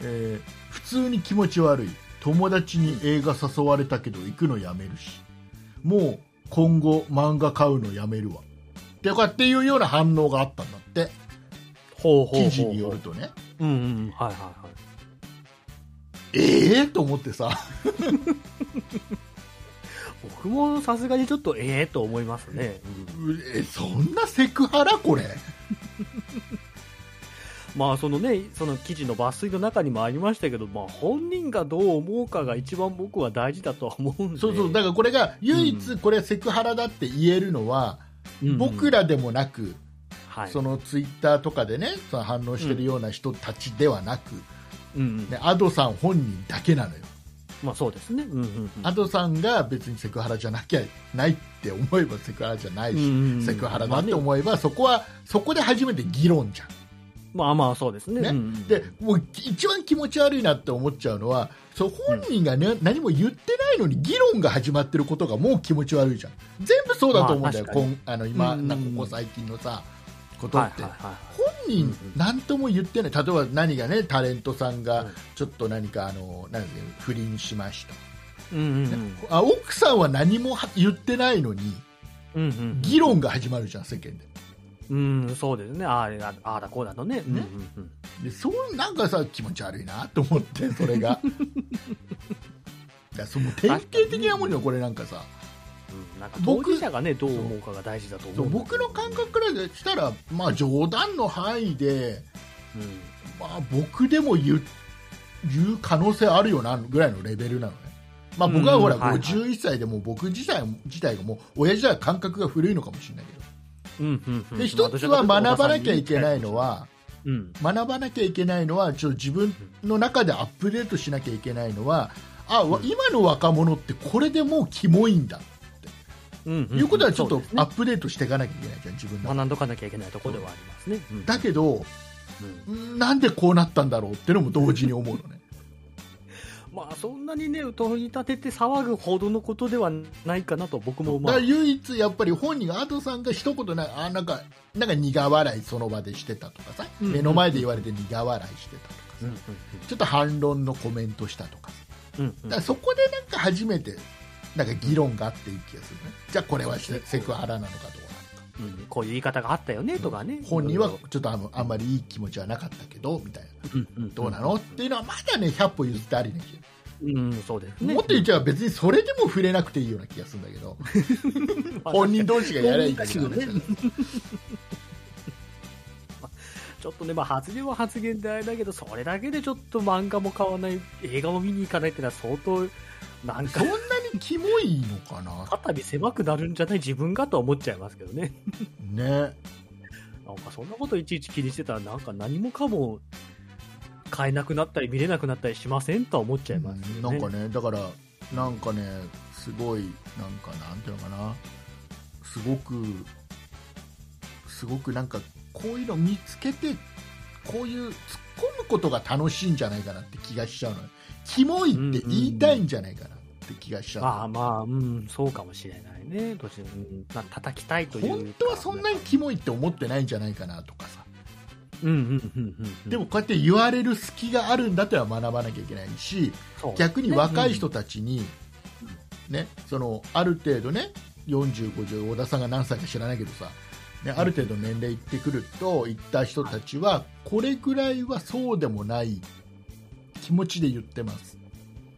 Speaker 2: えー普通に気持ち悪い友達に映画誘われたけど行くのやめるしもう今後漫画買うのやめるわとかっていうような反応があったんだって
Speaker 3: ほうほうほうほ
Speaker 2: 記
Speaker 3: う
Speaker 2: 事によるとね
Speaker 3: うんうんはいはいはい
Speaker 2: ええー、と思ってさ
Speaker 3: 僕もさすがにちょっとええと思いますね、
Speaker 2: えそんなセクハラこれ
Speaker 3: まあそのねその記事の抜粋の中にもありましたけど、まあ、本人がどう思うかが一番僕は大事だとは思うんで
Speaker 2: そうそうだからこれが唯一これセクハラだって言えるのは、
Speaker 3: うんうん
Speaker 2: 僕らでもなく、
Speaker 3: はい
Speaker 2: そのツイッターとかでねその反応してるような人たちではなく、
Speaker 3: うんうん
Speaker 2: ね、アドさん本人だけなのよ、
Speaker 3: まあそうですねうんうんうん
Speaker 2: アドさんが別にセクハラじゃなきゃないって思えばセクハラじゃないし、
Speaker 3: うんうん
Speaker 2: セクハラだって思えばそこはそこで初めて議論じゃん
Speaker 3: まあまあそうですね
Speaker 2: ね
Speaker 3: うんうん
Speaker 2: でもう一番気持ち悪いなって思っちゃうのはそう本人が、ね何も言ってないのに議論が始まってることがもう気持ち悪いじゃん全部そうだと思うんだよ、
Speaker 3: まあ確か
Speaker 2: こんあの今
Speaker 3: うん
Speaker 2: なここ最近のさこと
Speaker 3: はい
Speaker 2: って、
Speaker 3: はいは
Speaker 2: 本人何とも言ってない例えば何がねタレントさん
Speaker 3: う
Speaker 2: が
Speaker 3: ん
Speaker 2: ちょっと何かあの何ていうの不倫しました、
Speaker 3: いうんうんうん
Speaker 2: あ奥さんは何もは言ってないのに
Speaker 3: うんうん
Speaker 2: 議論が始まるじゃん世間で。
Speaker 3: うんそうですねあああああだこうだのねうんうんうん
Speaker 2: でそうなんかさ気持ち悪いなと思ってそれ がいやその典型的なもんよこれなんかさ
Speaker 3: うんなんか当
Speaker 2: 僕
Speaker 3: 事者がねどう思うかが大事だと思
Speaker 2: そうう僕の感覚からしたら、まあ、冗談の範囲で、
Speaker 3: うん
Speaker 2: まあ、僕でも言う言う可能性あるよなぐらいのレベルなのね、まあ、僕は
Speaker 3: うん
Speaker 2: ほら、
Speaker 3: はいはい
Speaker 2: 51歳でもう僕自体自体がもう親父は感覚が古いのかもしれないけど、
Speaker 3: うんうんうん
Speaker 2: で一つは学ばなきゃいけないの、
Speaker 3: まあ
Speaker 2: は
Speaker 3: どちらかというとおばさんに近いうん、
Speaker 2: 学ばなきゃいけないのはちょっと自分の中でアップデートしなきゃいけないのはあ、わ今の若者ってこれでもうキモいんだ
Speaker 3: うん
Speaker 2: いうことはちょっ
Speaker 3: そ
Speaker 2: と
Speaker 3: うです
Speaker 2: ア
Speaker 3: ね
Speaker 2: ップデートしていかなきゃいけないじゃん自分の
Speaker 3: 学んどかなきゃいけないところではありますね。うん
Speaker 2: だけど
Speaker 3: うん
Speaker 2: んなんでこうなったんだろうってのも同時に思うのね
Speaker 3: まあそんなにね問い立てて騒ぐほどのことではないかなと僕もま
Speaker 2: だ
Speaker 3: あ
Speaker 2: から唯一やっぱり本人がアドさんが一言なあなんかなんか苦笑いその場でしてたとかさ、
Speaker 3: うんうん
Speaker 2: 目の前で言われて苦笑いしてたとか
Speaker 3: うん
Speaker 2: ちょっと反論のコメントしたとか
Speaker 3: うんうんう
Speaker 2: だ
Speaker 3: ん
Speaker 2: からそこでなんか初めてなんか議論があっていい気がするね、じゃあこれはセセクハラなのかどうか
Speaker 3: うんこういう言い方があったよねとかね
Speaker 2: 本人はちょっとあのあんまりいい気持ちはなかったけどみたいなどうなの、っていうのはまだね100歩譲ってありね
Speaker 3: うんそうですね
Speaker 2: もっと言っちゃえば別にそれでも触れなくていいような気がするんだけど本人同士がやりゃいいだけの話だから
Speaker 3: ちょっとね、まあ、発言は発言であれだけど、それだけでちょっと漫画も買わない、映画も見に行かないってのは相当、なん
Speaker 2: そん
Speaker 3: か
Speaker 2: な、にキモいのかな
Speaker 3: 肩身狭くなるんじゃない自分がとは思っちゃいますけどね。
Speaker 2: ね
Speaker 3: なんかそんなこといちいち気にしてたら、なんか何もかも買えなくなったり見れなくなったりしませんとは思っちゃいますよ
Speaker 2: な
Speaker 3: ね。
Speaker 2: んかねだからなんかねすごいなんかなんていうのかなすごくすごくなんかこういうの見つけてこういう突っ込むことが楽しいんじゃないかなって気がしちゃうのよキモいって言いたいんじゃないかなって気がしちゃう、
Speaker 3: まあまあ、うん、そうかもしれないね。どっちうんまあ、叩きたいというか
Speaker 2: 本当はそんなにキモいって思ってないんじゃないかなとかさ
Speaker 3: うんうんうんうんうん。
Speaker 2: でもこうやって言われる隙があるんだってのは学ばなきゃいけないし
Speaker 3: そう、
Speaker 2: 逆に若い人
Speaker 3: ね
Speaker 2: たちに、ね、そのある程度ね40、50小田さんが何歳か知らないけどさ、ね、ある程度年齢いってくるといった人たちはこれぐらいはそうでもない気持ちで言ってます、
Speaker 3: うんうんうん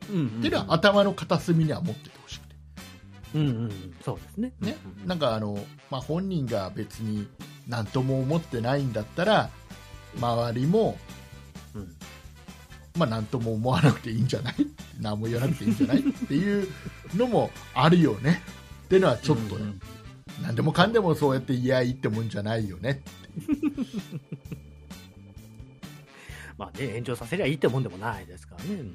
Speaker 2: っていうのは頭の片隅には持っててほしくて、
Speaker 3: うんうん、そうですね。
Speaker 2: ね
Speaker 3: うんうん
Speaker 2: なんかあの、まあ、本人が別に何とも思ってないんだったら周りも
Speaker 3: うん
Speaker 2: まあ、なんとも思わなくていいんじゃない 何も言わなくていいんじゃないっていうのもあるよねっていうのはちょっとね、
Speaker 3: うん
Speaker 2: 何でもかんでもそうやっていやいいってもんじゃないよね
Speaker 3: まあね、炎上させりゃいいってもんでもないですからね。うん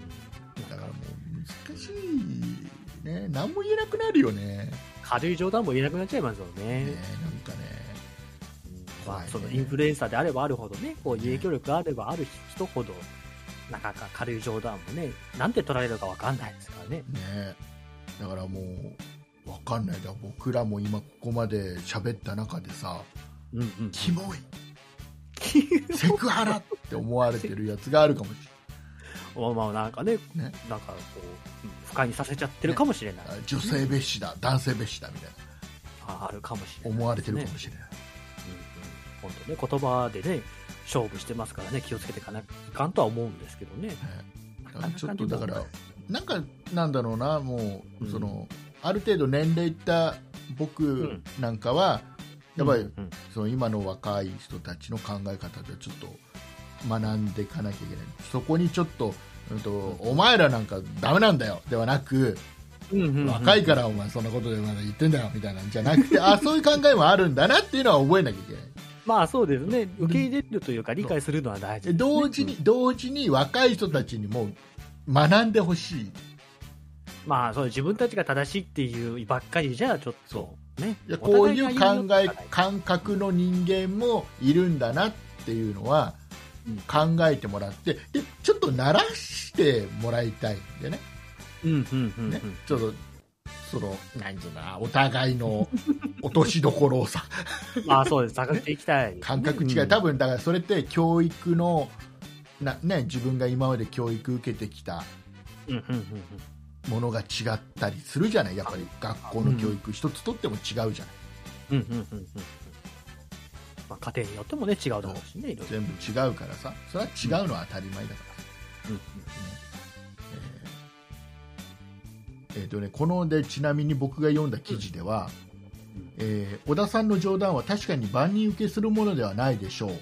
Speaker 2: だからもう難しいね何も言えなくなるよね
Speaker 3: 軽い冗談も言えなくなっちゃいますよ
Speaker 2: ね
Speaker 3: ね。
Speaker 2: なんかね
Speaker 3: うんま
Speaker 2: 怖い
Speaker 3: あ、
Speaker 2: ね
Speaker 3: そのインフルエンサーであればあるほどね、こう影響力があればある人ほど、なかなか軽い冗談もね、なんて取られるかわかんないですからね。
Speaker 2: ねだからもうわかんないだから僕らも今ここまで喋った中でさ
Speaker 3: うんうん。
Speaker 2: キモいセクハラって思われてるやつがあるかもしれない
Speaker 3: まあまあなんかね、
Speaker 2: ね
Speaker 3: なんかこう、うん不快にさせちゃってるかもしれない。
Speaker 2: あ女性蔑視だ男性蔑視だみたいな
Speaker 3: ああるかもしれない、
Speaker 2: 思われてるかも
Speaker 3: れ
Speaker 2: しれない
Speaker 3: ない。うんうん、本当ね、言葉でね、勝負してますからね、気をつけていかないかんとは思うんですけどね。
Speaker 2: だからちょっとだから、なんかなんだろうな、も
Speaker 3: う
Speaker 2: うんそのある程度年齢いった僕
Speaker 3: ん
Speaker 2: なんかは、やっぱ
Speaker 3: う
Speaker 2: り
Speaker 3: んうん
Speaker 2: その今の若い人たちの考え方でちょっと学んでいかなきゃいけない、そこにちょっと、うんとお前らなんかダメなんだよではなく、
Speaker 3: うんうんうん
Speaker 2: 若いからお前、そんなことでまだ言ってんだよみたいなんじゃなく て、あそういう考えもあるんだなっていうのは覚えなきゃいけない。
Speaker 3: まあそうですね、受け入れるというか、理解するのは大事です、ね、
Speaker 2: 同時に、同時に若い人たちにも学んでほしい。
Speaker 3: まあそう自分たちが正しいっていうばっかりじゃ、ちょっと
Speaker 2: そ
Speaker 3: ね
Speaker 2: いや、
Speaker 3: お
Speaker 2: こう
Speaker 3: 互
Speaker 2: い
Speaker 3: が
Speaker 2: う
Speaker 3: 言
Speaker 2: 考
Speaker 3: よ
Speaker 2: え感覚の人間もいるんだなっていうのは
Speaker 3: うん
Speaker 2: 考えてもらってでちょっと慣らしてもらいたいんでね
Speaker 3: うんうんうんう ん、
Speaker 2: ねちょっとそのなんつうのかなお互い の落としどころをさ
Speaker 3: まあそうです、探していきたい、
Speaker 2: 感覚違い、
Speaker 3: うん
Speaker 2: 多分だからそれって教育のな、ね、自分が今まで教育受けてきた
Speaker 3: うんうんうん
Speaker 2: ものが違ったりするじゃないやっぱり学校の教育一つとっても違うじゃない、
Speaker 3: うんうんうんうんうんうんまあ、家庭によってもね、違うだろうしね、いろいろ。
Speaker 2: 全部違うからさそれは違うのは当たり前だからさ
Speaker 3: うん
Speaker 2: えーとね、このでちなみに僕が読んだ記事では、えー小田さんの冗談は確かに万人受けするものではないでしょう、
Speaker 3: うん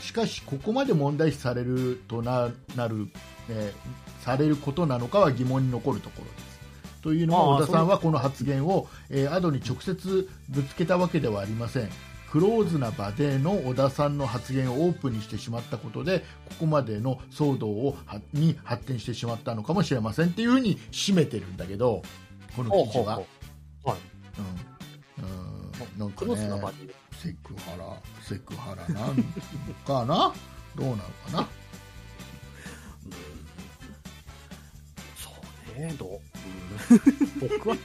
Speaker 2: しかしここまで問題視されるとななる、えーされることなのかは疑問に残るところですというの
Speaker 3: あ
Speaker 2: も
Speaker 3: ー
Speaker 2: 小田さんはこの発言を、えーアドに直接ぶつけたわけではありませんクローズな場での小田さんの発言をオープンにしてしまったことでここまでの騒動をはに発展してしまったのかもしれませんっていうふうに締めてるんだけどこの
Speaker 3: ほう
Speaker 2: 記
Speaker 3: ほ
Speaker 2: 事
Speaker 3: う
Speaker 2: は
Speaker 3: ほうはい、
Speaker 2: うんうんなんか
Speaker 3: クロス
Speaker 2: ね
Speaker 3: の場で、
Speaker 2: セクハラセクハラなんかなどうなのかな
Speaker 3: えー、どう、うん僕は、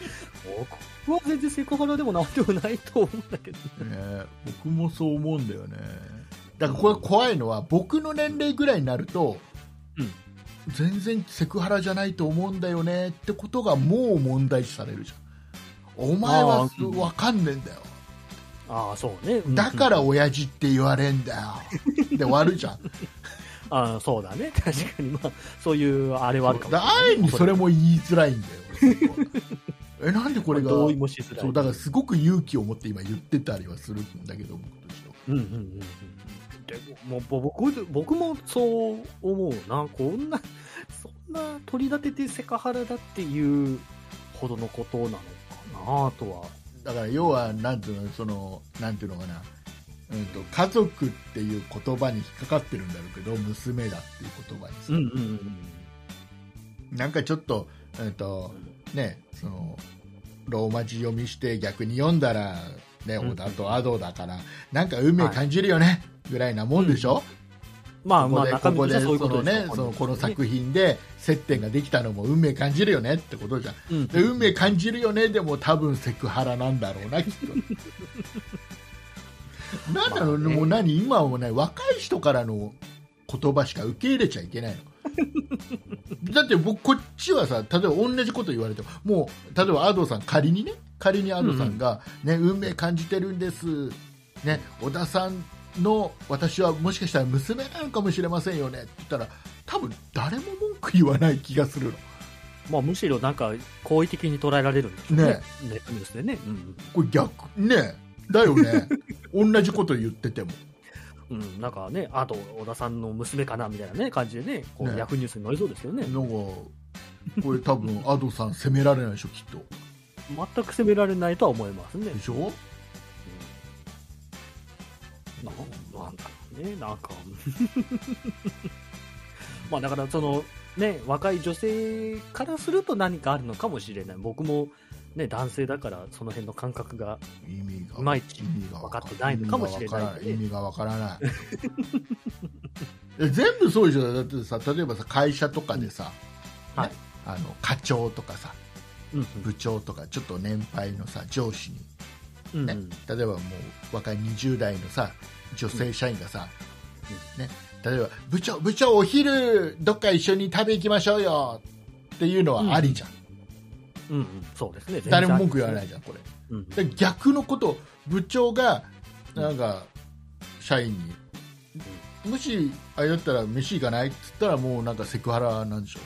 Speaker 3: 僕は全然セクハラでもなんでもないと思うんだけど。
Speaker 2: ね、僕もそう思うんだよねだからこれ怖いのは僕の年齢ぐらいになると、
Speaker 3: うん
Speaker 2: 全然セクハラじゃないと思うんだよねってことがもう問題視されるじゃんお前
Speaker 3: あ
Speaker 2: は
Speaker 3: ーうん
Speaker 2: 分かんねえんだよ
Speaker 3: ああ、そうね。うん
Speaker 2: だから親父って言われんだよで終わるじゃん
Speaker 3: ああ、そうだね。確かに、まあ、そういう、あれはあるかもしれ
Speaker 2: だ
Speaker 3: ない。
Speaker 2: あえにそれも言いづらいんだよえなんでこれが
Speaker 3: 同意もしづらい。
Speaker 2: そうだからすごく勇気を持って今言ってたりはするんだけど僕としては
Speaker 3: うんうんうんうん。でももう僕僕もそう思うな、こんな、そんな取り立ててセカハラだっていうほどのことなのかなとは。
Speaker 2: だから要はなんていうのそのなんていうのかな、うん、と家族っていう言葉に引っかかってるんだろうけど娘だっていう言葉にさ、
Speaker 3: うんうんうん。
Speaker 2: なんかちょっと,、うんとね、そのローマ字読みして逆に読んだら、ね、
Speaker 3: うん
Speaker 2: オダとアドだから、なんか運命感じるよね、ぐらいなもんでしょ、
Speaker 3: まあ
Speaker 2: こ
Speaker 3: ま
Speaker 2: こ
Speaker 3: あ、
Speaker 2: で
Speaker 3: 中
Speaker 2: ここ
Speaker 3: 身
Speaker 2: と
Speaker 3: して
Speaker 2: で
Speaker 3: はそういう
Speaker 2: そ
Speaker 3: こ
Speaker 2: の
Speaker 3: とです
Speaker 2: ね
Speaker 3: よ
Speaker 2: そのこの
Speaker 3: 本
Speaker 2: 作品で接点ができたのも運命感じるよねってことじゃん
Speaker 3: 当にね、
Speaker 2: で運命感じるよねでも多分セクハラなんだろうなきっ となんだろう、
Speaker 3: まあね
Speaker 2: もう何今はもうね若い人からの言葉しか受け入れちゃいけない のだって僕こっちはさ例えば同じこと言われてももう例えばアドさん仮にね仮にアドさんが、ね運命感じてるんです、ね、小田さんの私はもしかしたら娘なのかもしれませんよねって言ったら多分誰も文句言わない気がするの
Speaker 3: まあ、むしろなんか、好意的に捉えられるんでしょうね。
Speaker 2: ね
Speaker 3: ネットニュースでね。うん
Speaker 2: これ逆ねだよね同じこと言ってても
Speaker 3: うん。うん、なんかね、あと、小田さんの娘かなみたいなね、感じでね、こう、
Speaker 2: ね
Speaker 3: ヤフーニュースに載りそうですよね。
Speaker 2: なんかこれ多分アドさん責められないでしょきっと
Speaker 3: 全く責められないとは思いますね。
Speaker 2: でしょ
Speaker 3: ななんだろうね、なんか。まあだから、その、ね、若い女性からすると何かあるのかもしれない。僕も、ね、男性だから、その辺の感覚が、
Speaker 2: 意味が
Speaker 3: いまいち
Speaker 2: 意味が
Speaker 3: 分かってないのかもしれないね
Speaker 2: 意味がわからないえ全部そうでしょだってさ例えばさ会社とかでさ、
Speaker 3: うん
Speaker 2: ねあの課長とかさ
Speaker 3: うん
Speaker 2: 部長とかちょっと年配のさ上司に
Speaker 3: うん、
Speaker 2: ね例えばもう若い20代のさ女性社員がさ、ね、例えば部長部長お昼どっか一緒に食べ行きましょうよっていうのはありじゃん、
Speaker 3: うんうん、そうですね。。
Speaker 2: 誰も文句言わないいじゃんこれ
Speaker 3: うん、
Speaker 2: で逆のことを部長がなんか社員に、もしあれだったら飯行かないって言ったらもうなんかセクハラなんでしょ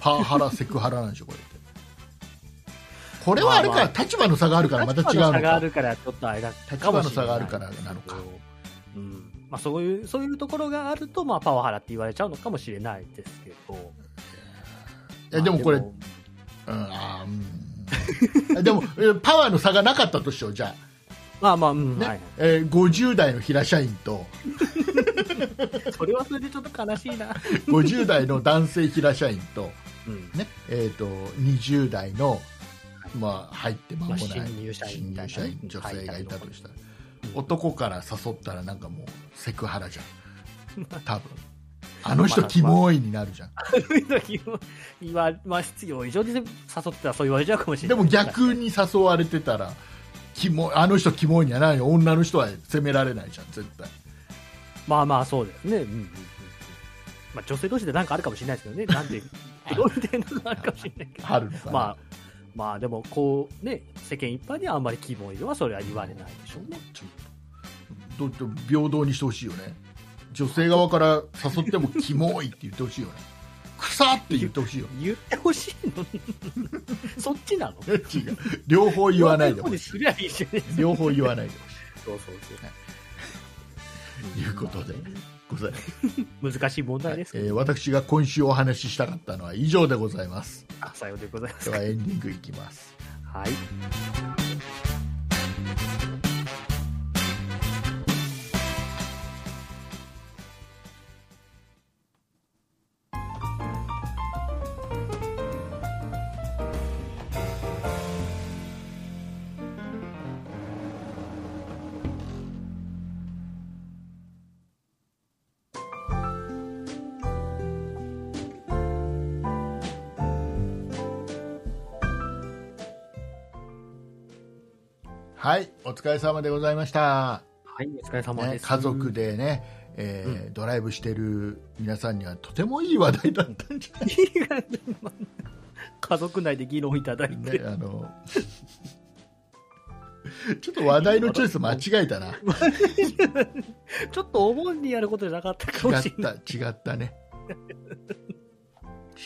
Speaker 2: パワハラセクハラなんでしょこれってこれはあれか、
Speaker 3: まあ
Speaker 2: 立場の差があるからまた違う
Speaker 3: 立場
Speaker 2: の
Speaker 3: の差が
Speaker 2: か
Speaker 3: あるから、ちょっとあれだ
Speaker 2: 立
Speaker 3: か
Speaker 2: 場
Speaker 3: も
Speaker 2: の
Speaker 3: しれない
Speaker 2: 差があるからなのか。
Speaker 3: うん。まあそういう、そういうところがあると、まあパワハラって言われちゃうのかもしれないですけど。
Speaker 2: いやでもこれうんあーうんでもえパワーの差がなかったとしようじゃ
Speaker 3: まあまあ、うん、
Speaker 2: あ、ね
Speaker 3: はいはい。
Speaker 2: えー50代の平社員と
Speaker 3: それはそれでちょっと悲しいな。
Speaker 2: 50代の男性平社員と,、
Speaker 3: うん。
Speaker 2: ねえー、と20代の、まあ、入って間もない
Speaker 3: まあ新入社員みたいな
Speaker 2: 新
Speaker 3: ね
Speaker 2: 入社員女性がいたとしたら、
Speaker 3: うん
Speaker 2: 男から誘ったらなんかもうセクハラじゃん多分あの人キモいになるじゃん
Speaker 3: そう いう時も、今、まあ、必要以上に誘ってたらそう言われちゃうかもしれ
Speaker 2: で
Speaker 3: ない。
Speaker 2: も逆に誘われてたらキモいあの人キモいにはないよ女の人は責められないじゃん絶対
Speaker 3: まあまあ、そうです ね。うんうんうんうん。まあ、女性同士でなんかあるかもしれないですけどね。なん で、どういう点とかあるかもしれないけど。
Speaker 2: あるのかな、
Speaker 3: まあ、まあでも、こう、ね、世間一般にはあんまりキモいのはそれは言われないでしょうね。
Speaker 2: ちょっとど平等にしてほしいよね女性側から誘っても「キモい」って言ってほしいよね 「草」って言ってほしいよね
Speaker 3: 言ってほしいのに。 そっちなの
Speaker 2: 違う両方言わないで
Speaker 3: そう
Speaker 2: ほ
Speaker 3: で
Speaker 2: し
Speaker 3: すりゃいいじゃね
Speaker 2: い両方言わないでほし
Speaker 3: そうそう
Speaker 2: いということでございます、
Speaker 3: そう。難しい問題ですけど、
Speaker 2: えー私が今週お話ししたかったのは以上でございます
Speaker 3: あさようでございます
Speaker 2: で。はエンディングいき ます
Speaker 3: はい。
Speaker 2: はいお疲れ様でございました、
Speaker 3: はい、お疲れ様で
Speaker 2: ね、
Speaker 3: す。
Speaker 2: 家族。でね、えードライブしてる皆さんにはとてもいい話題だったんじゃない
Speaker 3: 家族内で議論いただいて。
Speaker 2: ね、あのちょっと話題のチョイス間違え たな
Speaker 3: ちょっとお盆にやることじゃなかったかも
Speaker 2: 違
Speaker 3: しれ
Speaker 2: っ
Speaker 3: ない。
Speaker 2: た違ったね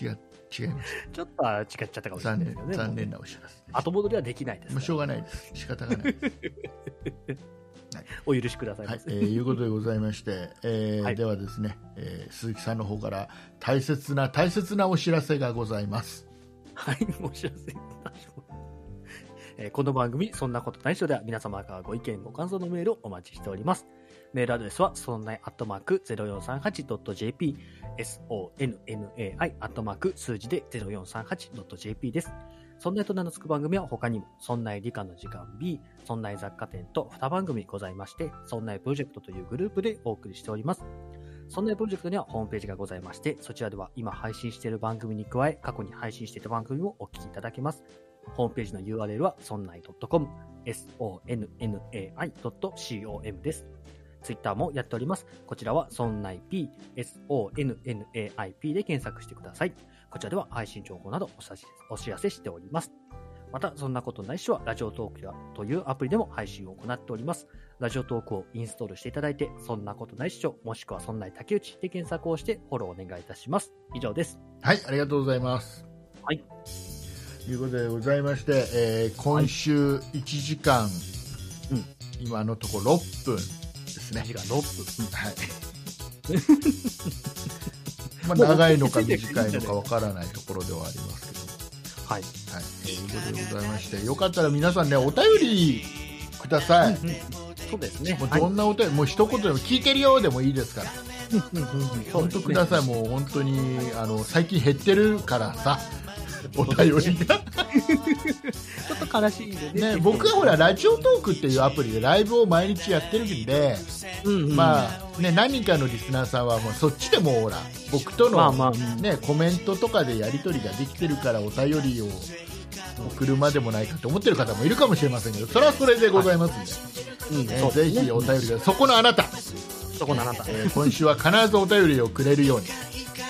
Speaker 2: 違違いまし
Speaker 3: ちょっとは違っちゃったかも
Speaker 2: た
Speaker 3: しれない
Speaker 2: 残
Speaker 3: で
Speaker 2: 念
Speaker 3: すよね。
Speaker 2: 残念なお知らせです
Speaker 3: 後戻りはできないです
Speaker 2: もう
Speaker 3: か
Speaker 2: しょうがないです仕方がないです
Speaker 3: ら。お許しください
Speaker 2: は
Speaker 3: ま
Speaker 2: い
Speaker 3: せ。
Speaker 2: えーいうことでございまして、えー
Speaker 3: はい
Speaker 2: ではですね、えー鈴木さんの方から大切な大切なお知らせがございます
Speaker 3: はい、お知らせいたします。えーこの番組、そんなことないっしょでは、皆様からご意見、ご感想のメールをお待ちしております。メールアドレスは、そんないアットマーク 0438.jp、sonnai アットマーク数字で 0438.jp です。そんないと名の付く番組は他にも、そんない理科の時間 B、そんない雑貨店と2番組ございまして、そんないプロジェクトというグループでお送りしております。そんなプロジェクトにはホームページがございまして、そちらでは今配信している番組に加え、過去に配信していた番組もお聞きいただけます。ホームページの URL は sonnai.com、sonnai.com です。ツイッターもやっております。こちらは sonnaip、sonnaip で検索してください。こちらでは配信情報などお知らせお知らせしております。また、そんなことないっしょは、ラジオトークやというアプリでも配信を行っております。ラジオトークをインストールしていただいて、そんなことないっしょ、もしくはそんない竹内で検索をしてフォローお願いいたします。以上です。
Speaker 2: はいありがとうございます
Speaker 3: はい
Speaker 2: ということでございまして、えー今週1時間、
Speaker 3: うん
Speaker 2: 今のところ6分ですね
Speaker 3: 時間6分。
Speaker 2: はいま あ長いのか短いのかわからないところではありますけど
Speaker 3: はい。
Speaker 2: はい、ということでございまして、よかったら皆さんね、お便りください。
Speaker 3: そうですね。
Speaker 2: もう
Speaker 3: はい
Speaker 2: どんなお便り、もう一言でも聞いてるよでもいいですから、
Speaker 3: うんうんうんそう
Speaker 2: 本
Speaker 3: です
Speaker 2: 当
Speaker 3: ね
Speaker 2: ください、もう本当にあの最近減ってるから さ、お便りが。
Speaker 3: ちょっと悲しいんでね。
Speaker 2: ね、僕はほら、ラジオトークっていうアプリでライブを毎日やってるんで、
Speaker 3: うんうん、
Speaker 2: まあね、何人かのリスナーさんはもうそっちでもうほら、僕と
Speaker 3: まあ
Speaker 2: の、
Speaker 3: まあうん
Speaker 2: ね、コメントとかでやり取りができてるから、お便りを送るまでもないかと思ってる方もいるかもしれませんけど、それはそれでございますんで。
Speaker 3: うん
Speaker 2: えー
Speaker 3: そう
Speaker 2: ぜひお便りでそこのあなた、
Speaker 3: そこのあなた、
Speaker 2: えー今週は必ずお便りをくれるように、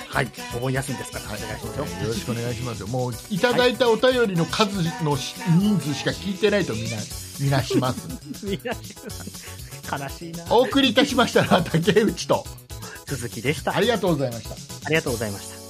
Speaker 3: はい。お盆休みですから、お願いしますよ。
Speaker 2: よろしくお願いしますよもういただいたお便りの数のし人数しか聞いてないとみんなみなします
Speaker 3: みんな悲しいな。
Speaker 2: お送りいたしましたのは竹内と
Speaker 3: 続きでした。
Speaker 2: ありがとうございました
Speaker 3: ありがとうございました。